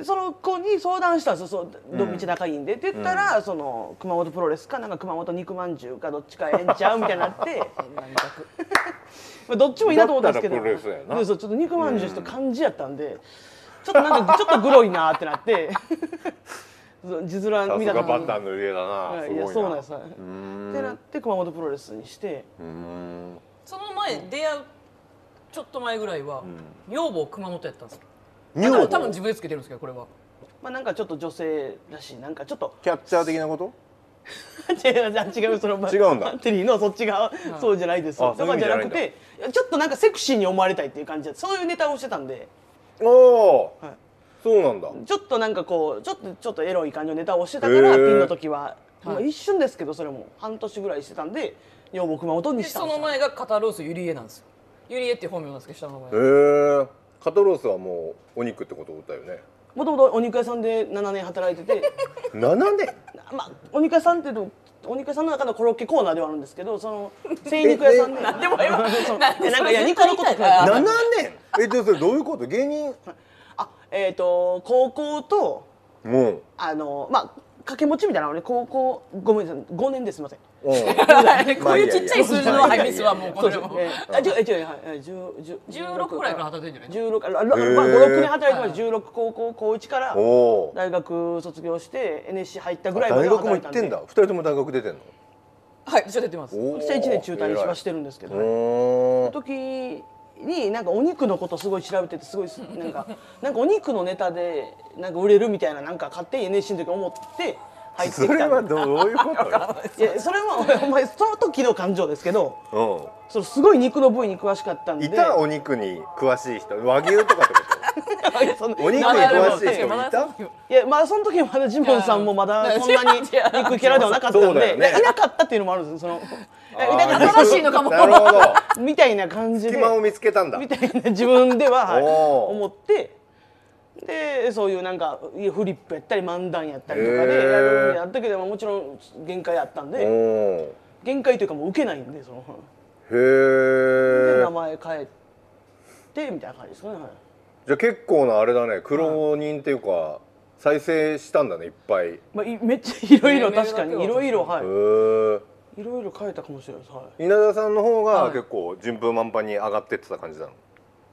[SPEAKER 3] その子に相談したんですよそうど道仲いいんでって言ったら、その熊本プロレスかなんか熊本肉まんじゅうかどっちかええんちゃうみたいになって まあどっちもいいなと思ったんですけど
[SPEAKER 1] だったらプロレスやな
[SPEAKER 3] でそうちょっと肉まんじゅうちょっと漢字やったんで、ちょっとなんかちょっとグロいなってなって そう字面
[SPEAKER 1] さす
[SPEAKER 3] みたい
[SPEAKER 1] が
[SPEAKER 3] な
[SPEAKER 1] バッター
[SPEAKER 3] の
[SPEAKER 1] の家だなす
[SPEAKER 3] い
[SPEAKER 1] ごい
[SPEAKER 3] や
[SPEAKER 1] な
[SPEAKER 3] そうなんです、はい、
[SPEAKER 1] う
[SPEAKER 3] ってな
[SPEAKER 1] ー
[SPEAKER 3] っ
[SPEAKER 1] ん
[SPEAKER 3] て熊本プロレスにして
[SPEAKER 1] うーん
[SPEAKER 2] その前出会うちょっと前ぐらいは、女房熊本やったんです
[SPEAKER 1] 女
[SPEAKER 2] だから
[SPEAKER 1] 房
[SPEAKER 2] 多分自分でつけてるんですけどこれは
[SPEAKER 3] まあなんかちょっと女性らしいなんかちょっと
[SPEAKER 1] キャッチャー的なこと
[SPEAKER 3] 違う違うその
[SPEAKER 1] 違うんだ
[SPEAKER 3] バッテリーのそっち側、そうじゃないです
[SPEAKER 1] あ
[SPEAKER 3] と
[SPEAKER 1] そういう意
[SPEAKER 3] か
[SPEAKER 1] 味
[SPEAKER 3] じ
[SPEAKER 1] じ
[SPEAKER 3] ゃ
[SPEAKER 1] ゃ
[SPEAKER 3] な
[SPEAKER 1] ないん
[SPEAKER 3] く
[SPEAKER 1] だ
[SPEAKER 3] てちょっとなんかセクシーに思われたいっていう感じでそういうネタをしてたんで
[SPEAKER 1] おお
[SPEAKER 3] はい
[SPEAKER 1] そうなんだ
[SPEAKER 3] ちょっとなんかこうちょっとちょっとエロい感じのネタをしてたか
[SPEAKER 1] へ
[SPEAKER 3] ら
[SPEAKER 1] ー
[SPEAKER 3] ピンの時は、まあ、
[SPEAKER 2] はい
[SPEAKER 3] 一瞬ですけどそれも半年ぐらいしてたんで女房熊本に
[SPEAKER 2] で
[SPEAKER 3] した
[SPEAKER 2] そ
[SPEAKER 3] んです
[SPEAKER 2] の
[SPEAKER 3] よ
[SPEAKER 2] 前がカタロースゆりえなんですよゆりえっていう本名なんですけど下の名前
[SPEAKER 1] へえカトロースはもうお肉ってことだよ ね
[SPEAKER 3] もともとお肉屋さんで7年働いて て
[SPEAKER 1] 7年
[SPEAKER 3] まあお肉屋さんっていうとお肉屋さんの中のコロッケコーナーではあるんですけど その精肉屋さんでなんでも よなん
[SPEAKER 2] でそ
[SPEAKER 3] か
[SPEAKER 2] れ
[SPEAKER 3] いや肉のこと
[SPEAKER 2] 絶対言いたいから
[SPEAKER 1] 7年えでそれどういうこと芸人
[SPEAKER 3] あえっ、と高校と
[SPEAKER 1] も う
[SPEAKER 3] あのまあ掛け持ちみたいなのね高校ごめんなさい5年ですすみません。
[SPEAKER 1] うん
[SPEAKER 2] こういうちっちゃい数字のハイミスはもうこれ
[SPEAKER 3] そう
[SPEAKER 2] も
[SPEAKER 3] ですえーあ違う違うはい
[SPEAKER 2] 16
[SPEAKER 3] 16
[SPEAKER 2] くらいから働いてるんじゃない
[SPEAKER 3] 16あ
[SPEAKER 1] ー
[SPEAKER 3] まあ56年働いてます16高校高1から
[SPEAKER 1] おお
[SPEAKER 3] 大学卒業して NSC 入ったぐらいま
[SPEAKER 1] 大
[SPEAKER 3] で
[SPEAKER 1] 学も
[SPEAKER 3] 働
[SPEAKER 1] 行
[SPEAKER 3] いた
[SPEAKER 1] っ
[SPEAKER 3] ん
[SPEAKER 1] て
[SPEAKER 3] で
[SPEAKER 1] んだ二人とも大学出てんの
[SPEAKER 2] はい一応出てます
[SPEAKER 1] おー
[SPEAKER 3] そして1年中退はしてるんですけど、
[SPEAKER 1] 偉い
[SPEAKER 3] は
[SPEAKER 1] お
[SPEAKER 3] いその時になんかお肉のことすごい調べててす ごいなんかなんかお肉のネタでなんか売れるみたいななんか勝手に NSC の時思って入
[SPEAKER 1] ー
[SPEAKER 3] っ
[SPEAKER 1] そ
[SPEAKER 3] てきたんで
[SPEAKER 1] れはどういうこと
[SPEAKER 3] いやそれはお前その時の感情ですけど
[SPEAKER 1] よ
[SPEAKER 3] そのすごい肉の部位に詳しかったん
[SPEAKER 1] うん
[SPEAKER 3] で
[SPEAKER 1] いたお肉に詳しい人和牛とかってこ
[SPEAKER 3] その
[SPEAKER 1] とお肉に
[SPEAKER 2] まだでも
[SPEAKER 1] 詳しい人
[SPEAKER 2] まだ
[SPEAKER 1] いた
[SPEAKER 3] いやまあその時はまだジモンさんもまだそんなに
[SPEAKER 2] いや
[SPEAKER 3] 肉キャラではなかったん
[SPEAKER 1] そうだ
[SPEAKER 3] で、
[SPEAKER 1] よね
[SPEAKER 3] いなかったっていうのもあるんですよ そのだ
[SPEAKER 2] ー
[SPEAKER 3] か
[SPEAKER 2] 正しいのかも
[SPEAKER 1] なるほど
[SPEAKER 3] らみたいな感じで
[SPEAKER 1] 隙間を見つけたんだ
[SPEAKER 3] みたいな自分でははい
[SPEAKER 1] おー
[SPEAKER 3] 思ってでそういうなんかフリップやったり漫談やったりとかで
[SPEAKER 1] へー
[SPEAKER 3] やるんでやったけどもちろん限界あったん
[SPEAKER 1] お
[SPEAKER 3] で
[SPEAKER 1] お
[SPEAKER 3] 限界というかもう受けないんでそので
[SPEAKER 1] ーへえ
[SPEAKER 3] 名前変えてみたいな感じですかね、はい
[SPEAKER 1] じゃあ結構なあれだね苦労人っていうか再生したんだねいっぱいへ
[SPEAKER 3] まあ、いめっちゃいろいろ
[SPEAKER 2] ねメールだけ
[SPEAKER 3] 確か
[SPEAKER 2] は
[SPEAKER 3] にいろいろはい
[SPEAKER 1] え
[SPEAKER 3] いろいろ変えたかもしれないです、はい、
[SPEAKER 1] 稲田さんの方が
[SPEAKER 2] はい
[SPEAKER 1] 結構順風満帆に上がってってた感じなの、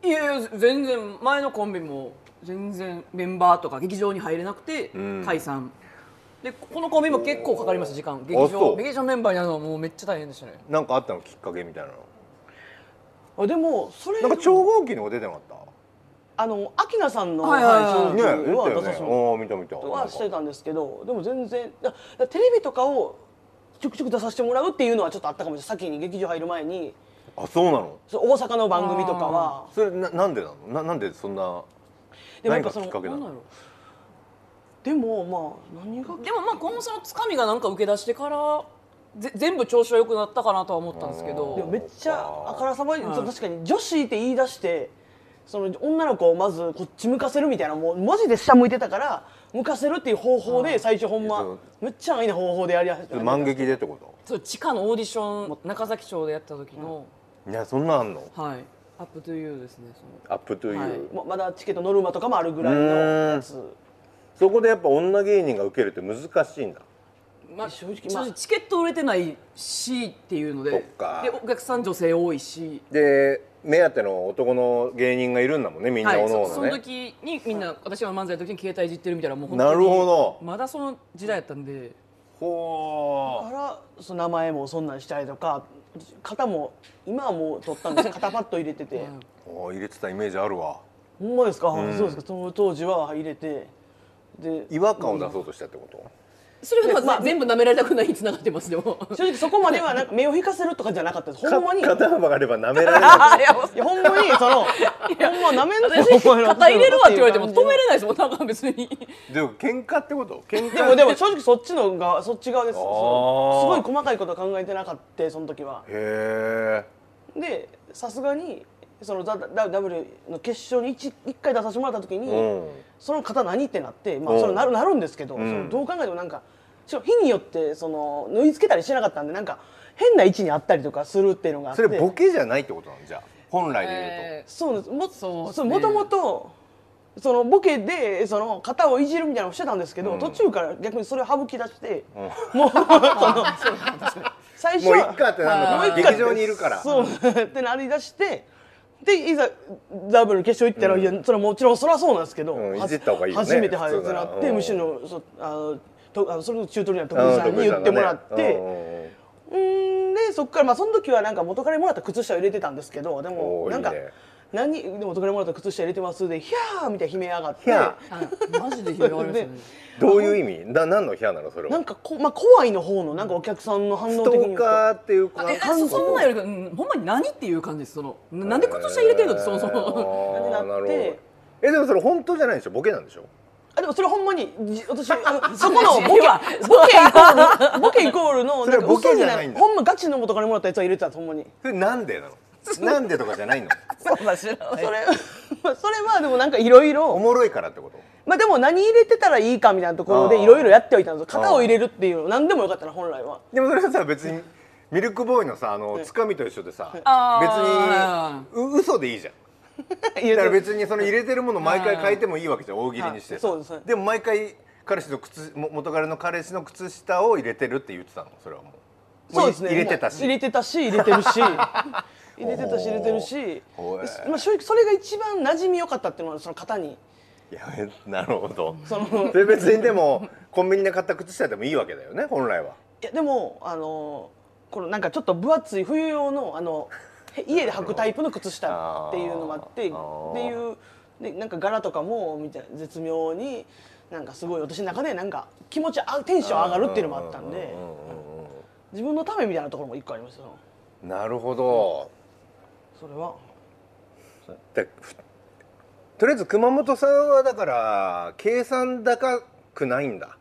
[SPEAKER 2] いやいや全然前のコンビも全然メンバーとか劇場に入れなくて
[SPEAKER 1] ん
[SPEAKER 2] 解散、でこのコンビも結構かかりました時間劇
[SPEAKER 1] そ
[SPEAKER 2] 場
[SPEAKER 1] う
[SPEAKER 2] 劇場メンバーになるのはもうめっちゃ大変でしたね
[SPEAKER 1] なんかあったのきっかけみたいなの
[SPEAKER 3] あでもそれ
[SPEAKER 1] なんか超合金の方出てなかった
[SPEAKER 3] あの明菜さんの
[SPEAKER 2] はいはいはい
[SPEAKER 3] はい
[SPEAKER 1] ね
[SPEAKER 3] 正直は
[SPEAKER 1] 出
[SPEAKER 3] 出
[SPEAKER 1] た
[SPEAKER 3] さ
[SPEAKER 1] よ
[SPEAKER 3] せ
[SPEAKER 1] ね
[SPEAKER 3] ても
[SPEAKER 1] ああ見た見た
[SPEAKER 3] らはしてたんですけどでも全然だだテレビとかをちょくちょく出させてもらうっていうのはちょっとあったかもしれない先に劇場入る前に
[SPEAKER 1] あそうなの
[SPEAKER 3] そう大阪の番組とかは
[SPEAKER 1] それななんでなのななんでそんな
[SPEAKER 3] でも
[SPEAKER 1] 何
[SPEAKER 3] や
[SPEAKER 1] が
[SPEAKER 3] っぱ
[SPEAKER 1] き
[SPEAKER 3] その
[SPEAKER 1] っかけな
[SPEAKER 2] なんだ
[SPEAKER 1] の
[SPEAKER 2] ろ
[SPEAKER 3] でもまあ何が
[SPEAKER 2] うでもまあ今後そのつかみがなんか受け出してからぜ全部調子は良くなったかなとは思ったんですけ
[SPEAKER 1] あ
[SPEAKER 3] で
[SPEAKER 2] ど
[SPEAKER 3] もめっちゃあからさまに、
[SPEAKER 2] うん
[SPEAKER 3] そう確かに女子って言い出してその女の子をまずこっち向かせるみたいなもう文字で下向いてたから向かせるっていう方法で最初ほん
[SPEAKER 1] いやそ
[SPEAKER 3] ま
[SPEAKER 1] う
[SPEAKER 3] むっちゃ安易な方法でやりやす
[SPEAKER 1] ちょっと満劇でってこ
[SPEAKER 2] そう地下のオーディション中崎町でやった時の、
[SPEAKER 1] といやそんなんあんの
[SPEAKER 2] はい「アップトゥーユーですねその
[SPEAKER 1] アップトゥーユー、
[SPEAKER 3] ままだチケットノルマとかもあるぐらいのやつ
[SPEAKER 1] そこでやっぱ女芸人が受けるって難しいんだ
[SPEAKER 2] まあ、正
[SPEAKER 3] 正直
[SPEAKER 2] 直、
[SPEAKER 3] まあ
[SPEAKER 2] チケット売れてないしっていうので
[SPEAKER 1] そっか
[SPEAKER 2] でお客さん女性多いし、
[SPEAKER 1] で目当ての男の芸人がいるんだもんねみんなおの
[SPEAKER 2] そ
[SPEAKER 1] お
[SPEAKER 2] そ
[SPEAKER 1] の
[SPEAKER 2] の
[SPEAKER 1] ね、
[SPEAKER 2] 時にみんな私は漫才の時に携帯いじってるみたいなもう
[SPEAKER 1] なるほど
[SPEAKER 2] まだその時代やったんで
[SPEAKER 1] ほ
[SPEAKER 3] だからその名前もそんなんしたりとか型も今はもう取ったん です肩パッと入れてて、
[SPEAKER 1] うおー入れてたイメージあるわ
[SPEAKER 3] ほんまですか、そうですかその当時は入れてで
[SPEAKER 1] 違和感を出そうとしたってこと、
[SPEAKER 2] それは
[SPEAKER 3] でま
[SPEAKER 2] ま
[SPEAKER 3] あ
[SPEAKER 2] あ全部舐められたくないにつながってますで も
[SPEAKER 3] 正直そこまではなんか目を引かせるとかじゃなかったですほんまにい
[SPEAKER 1] 肩幅があれば舐められると
[SPEAKER 2] いやもう
[SPEAKER 3] やほんまにそのほんまなめんなよ
[SPEAKER 2] 私
[SPEAKER 3] お前ら
[SPEAKER 2] 肩入れるわって言われても止めれないですもんなんか別に
[SPEAKER 1] でも喧嘩ってこと喧嘩
[SPEAKER 3] でもでも正直そっちの側そっち側です
[SPEAKER 1] あー
[SPEAKER 3] そのすごい細かいことは考えてなかったその時は
[SPEAKER 1] へ
[SPEAKER 3] でさすがにそのダダ W の決勝に 1, 一回出させてもらった時に、
[SPEAKER 1] えうん
[SPEAKER 3] その方何ってなって、ま
[SPEAKER 1] う
[SPEAKER 3] あ、
[SPEAKER 1] ん
[SPEAKER 3] それなるなるんですけ
[SPEAKER 1] ん
[SPEAKER 3] ど、そのどう考えてもなんかしかも日によってその縫い付けたりしてなかったんでなんか変な位置にあったりとかするっていうのがあって
[SPEAKER 1] それボケじゃないってことなんじゃ本来で言うと、
[SPEAKER 3] そうですも
[SPEAKER 2] そうです
[SPEAKER 3] そ
[SPEAKER 2] ね
[SPEAKER 3] うもともとそのボケでその型をいじるみたいなのをしてたんですけど、
[SPEAKER 1] うん
[SPEAKER 3] 途中から逆にそれを省き出して、
[SPEAKER 1] う
[SPEAKER 3] もう その最初
[SPEAKER 1] もうい
[SPEAKER 3] は
[SPEAKER 1] っかってなるの
[SPEAKER 2] もういっ
[SPEAKER 1] か
[SPEAKER 2] か
[SPEAKER 1] な劇場にいるから
[SPEAKER 3] そう ってなりだしてでいざダブル決勝行ったら、いやそれはもちろんそりゃそうなんですけど、
[SPEAKER 1] うんいじった方がいいよね
[SPEAKER 3] 初めて入
[SPEAKER 1] 普
[SPEAKER 3] っ
[SPEAKER 1] 通
[SPEAKER 3] て
[SPEAKER 1] な
[SPEAKER 3] な
[SPEAKER 1] ら
[SPEAKER 3] って
[SPEAKER 1] うん
[SPEAKER 3] MC のそあのとあのそれのチュートリアル
[SPEAKER 1] うん
[SPEAKER 3] の徳井さんに言ってもらって、
[SPEAKER 1] 徳井さんがね
[SPEAKER 3] うんでそこからまあその時はなんか元彼もらった靴下を入れてたんですけどでも
[SPEAKER 1] おー
[SPEAKER 3] なんか
[SPEAKER 1] いいね
[SPEAKER 3] 何で元彼もらった靴下入れてますで「ヒャー!」みたいな悲鳴上がって
[SPEAKER 1] ヒャ
[SPEAKER 2] はいマジで広がりますよね
[SPEAKER 1] うんどういう意味な何の批判なのそれ
[SPEAKER 3] なん
[SPEAKER 1] は
[SPEAKER 3] かこ、まあ、怖いの方のなんかお客さんの反
[SPEAKER 1] ス
[SPEAKER 3] 応
[SPEAKER 1] ト
[SPEAKER 3] 的に
[SPEAKER 1] ー
[SPEAKER 3] 言う
[SPEAKER 1] カ
[SPEAKER 3] と
[SPEAKER 1] ーっていう
[SPEAKER 2] あ
[SPEAKER 1] か
[SPEAKER 2] えそそんなんよりか、うん、ほんまに何っていう感じですそのななんで靴下入れてるのってそもそ も
[SPEAKER 1] えー
[SPEAKER 3] な
[SPEAKER 1] あ
[SPEAKER 3] ん
[SPEAKER 1] ー
[SPEAKER 3] で
[SPEAKER 1] な
[SPEAKER 3] な
[SPEAKER 1] る
[SPEAKER 3] っ
[SPEAKER 1] ほ
[SPEAKER 3] て
[SPEAKER 1] どえでもそれ本当じゃないでしょボケなんでしょ
[SPEAKER 3] あでもそれほんまにじ私あのそこのボケ
[SPEAKER 2] は
[SPEAKER 3] ボケイコー ルボケイコールの
[SPEAKER 1] それは
[SPEAKER 3] なんか嘘に
[SPEAKER 1] ボケじゃないんだ
[SPEAKER 3] ほんまガチの元彼もらったやつは入れてたと思に
[SPEAKER 1] それなんでなのなんでとかじゃないの
[SPEAKER 2] そうだ知ら
[SPEAKER 3] それそれはでもなんかいろい
[SPEAKER 1] お
[SPEAKER 3] ろ
[SPEAKER 1] もろいからってこと
[SPEAKER 3] まあでも何入れてたらいいかみたいなところでいろいろやってはいたんですよ型を入れるっていうの何でもよかったな本来は
[SPEAKER 1] でもそれはさ別にミルクボーイのさあのつかみと一緒でさ
[SPEAKER 2] あ
[SPEAKER 1] 別にう嘘でいいじゃん
[SPEAKER 3] 入れ
[SPEAKER 1] だか
[SPEAKER 3] て
[SPEAKER 1] ら
[SPEAKER 3] る
[SPEAKER 1] 別にその入れてるもの毎回変えてもいいわけじゃん大喜利にしてさ
[SPEAKER 3] そうですそうです
[SPEAKER 1] でも毎回彼氏の靴も元彼の彼氏の靴下を入れてるって言ってたのそれはもう
[SPEAKER 3] そうですね
[SPEAKER 1] も入れてたし
[SPEAKER 3] 入れてたし入れて るし入れてたし入れてるし
[SPEAKER 1] ほえ
[SPEAKER 3] まあ正直それが一番馴染み良かったっていうのはその型に
[SPEAKER 1] いやえなるほど
[SPEAKER 3] その
[SPEAKER 1] それ別にでもコンビニで買った靴下でもいいわけだよね本来はい
[SPEAKER 3] やでもあのこのなんかちょっと分厚い冬用の あのへ家で履くタイプの靴下っていうのもあって
[SPEAKER 1] あー
[SPEAKER 3] っていうでなんか柄とかもみたいな絶妙になんかすごい私の中でなんか気持ちあテンション上がるっていうのもあったんで自分のためみたいなところも一個ありますよ
[SPEAKER 1] なるほど
[SPEAKER 3] それは
[SPEAKER 1] でふとりあえず熊本さんはだから計算高くないんだ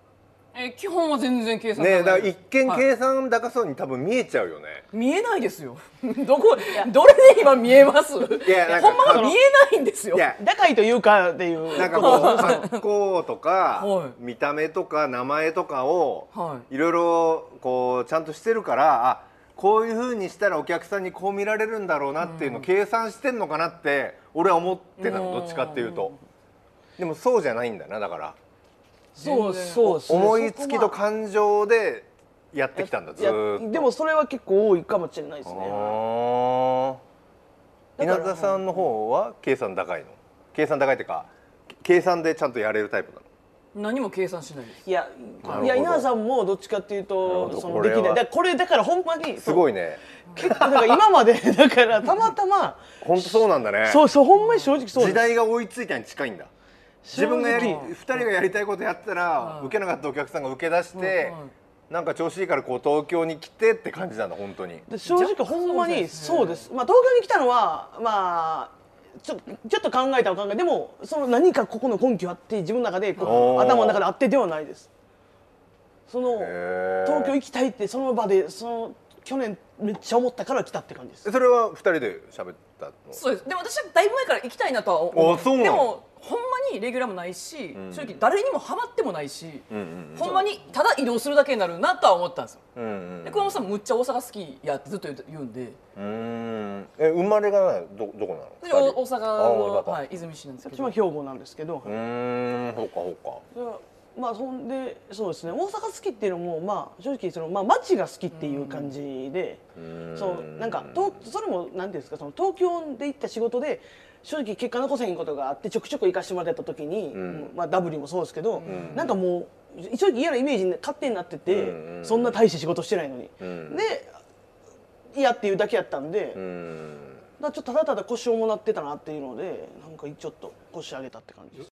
[SPEAKER 2] え基本は全然計算
[SPEAKER 1] ねえだから
[SPEAKER 2] ない
[SPEAKER 1] 一見
[SPEAKER 2] はい
[SPEAKER 1] 計算高そうに多分見えちゃうよね、
[SPEAKER 2] 見えないですよ どこどれで今見えますい
[SPEAKER 1] やなんか
[SPEAKER 2] ほんまは見えないんですよ
[SPEAKER 1] いや
[SPEAKER 3] 高いというかっていう
[SPEAKER 1] なんかこう格好とか、
[SPEAKER 2] はい
[SPEAKER 1] 見た目とか名前とかを、、
[SPEAKER 2] はい
[SPEAKER 1] ろいろこうちゃんとしてるからあこういうふうにしたらお客さんにこう見られるんだろうなっていうのを計算してんのかなって俺は思ってたの
[SPEAKER 2] うん
[SPEAKER 1] どっちかっていうとでもそうじゃないんだなだから
[SPEAKER 3] そ
[SPEAKER 2] 全
[SPEAKER 3] う
[SPEAKER 2] 然
[SPEAKER 3] そうそう
[SPEAKER 1] 思いつきと
[SPEAKER 3] か
[SPEAKER 1] 感情でやってきたんだず
[SPEAKER 3] いや
[SPEAKER 1] ーっと
[SPEAKER 3] でもそれは結構多いかもしれないですね
[SPEAKER 1] あー
[SPEAKER 3] だか
[SPEAKER 1] 稲
[SPEAKER 3] ら
[SPEAKER 1] 田さんの方は計算高いの計算高いっていうか計算でちゃんとやれるタイプなの
[SPEAKER 2] 何も計算しないです
[SPEAKER 3] いや
[SPEAKER 1] なるほ、ど
[SPEAKER 3] いや稲田さんもどっちかっていう
[SPEAKER 1] なるほ
[SPEAKER 3] と
[SPEAKER 1] ど
[SPEAKER 3] そ
[SPEAKER 1] こ
[SPEAKER 3] の
[SPEAKER 1] れ
[SPEAKER 3] で
[SPEAKER 1] は
[SPEAKER 3] きない。だからこれだからほんまに
[SPEAKER 1] すご
[SPEAKER 3] い
[SPEAKER 1] いね
[SPEAKER 3] 結構なんか今まで だからたまたま
[SPEAKER 1] 本当そうなんだね
[SPEAKER 3] そうそうほんまに正直そう
[SPEAKER 1] 時代が追いついたに近いんだ自分がやり
[SPEAKER 3] 正直
[SPEAKER 1] 2人がやりたいことやったら受けなかったお客さんが受け出して
[SPEAKER 2] うんうん
[SPEAKER 1] なんか調子いいからこう東京に来てって感じなんだ本当に
[SPEAKER 3] で正直ほんまに
[SPEAKER 2] そ
[SPEAKER 3] そう
[SPEAKER 2] う
[SPEAKER 3] で。
[SPEAKER 2] です
[SPEAKER 3] まあ東京に来たのはまあ。ちょちょっと考えたの考えでもその何かここの根拠あって自分の中でこ
[SPEAKER 1] お
[SPEAKER 3] う
[SPEAKER 1] ー
[SPEAKER 3] 頭の中であってではないですその
[SPEAKER 1] へー
[SPEAKER 3] 東京行きたいってその場でその去年めっちゃ思ったから来たって感じです
[SPEAKER 1] それは2人で喋ったの
[SPEAKER 2] そうですでも私はだいぶ前から行きたいなとは
[SPEAKER 1] あ
[SPEAKER 2] 思
[SPEAKER 1] そうなの
[SPEAKER 2] でもほんまにレギュラーもないし、正直誰にもハマってもないし、ほんまにただ移動するだけになるなとは思ったんですよ、
[SPEAKER 1] うんうん
[SPEAKER 2] で熊本さんむっちゃ大阪好きやってずっと言う言うんで
[SPEAKER 1] うーんえ生まれがどどこな
[SPEAKER 2] 私
[SPEAKER 1] の
[SPEAKER 2] 大
[SPEAKER 1] 二人
[SPEAKER 2] 阪
[SPEAKER 1] あ大
[SPEAKER 2] の、
[SPEAKER 1] 阪
[SPEAKER 2] はい、泉市なんですけ
[SPEAKER 3] 私は
[SPEAKER 2] ど
[SPEAKER 3] 兵庫なんですけど、
[SPEAKER 1] うーんそうかそう
[SPEAKER 3] いやまあそんでそうですね大阪好きっていうのもまあ正直そのまあ街が好きっていう感じで、そうなんかとそれもなんていうんですかその東京で行った仕事で正直結果残せへんことがあってちょくちょく行かしてもらってた時に、まあ W もそうですけど、なんかもう正直嫌なイメージに勝手になってて、
[SPEAKER 1] うんうん
[SPEAKER 3] そんな大して仕事してないのに、
[SPEAKER 1] うん
[SPEAKER 3] で嫌っていうだけやったんで、
[SPEAKER 1] う
[SPEAKER 3] だか
[SPEAKER 1] ん
[SPEAKER 3] らちょっとただただ腰をもらってたなっていうのでなんかちょっと腰上げたって感じです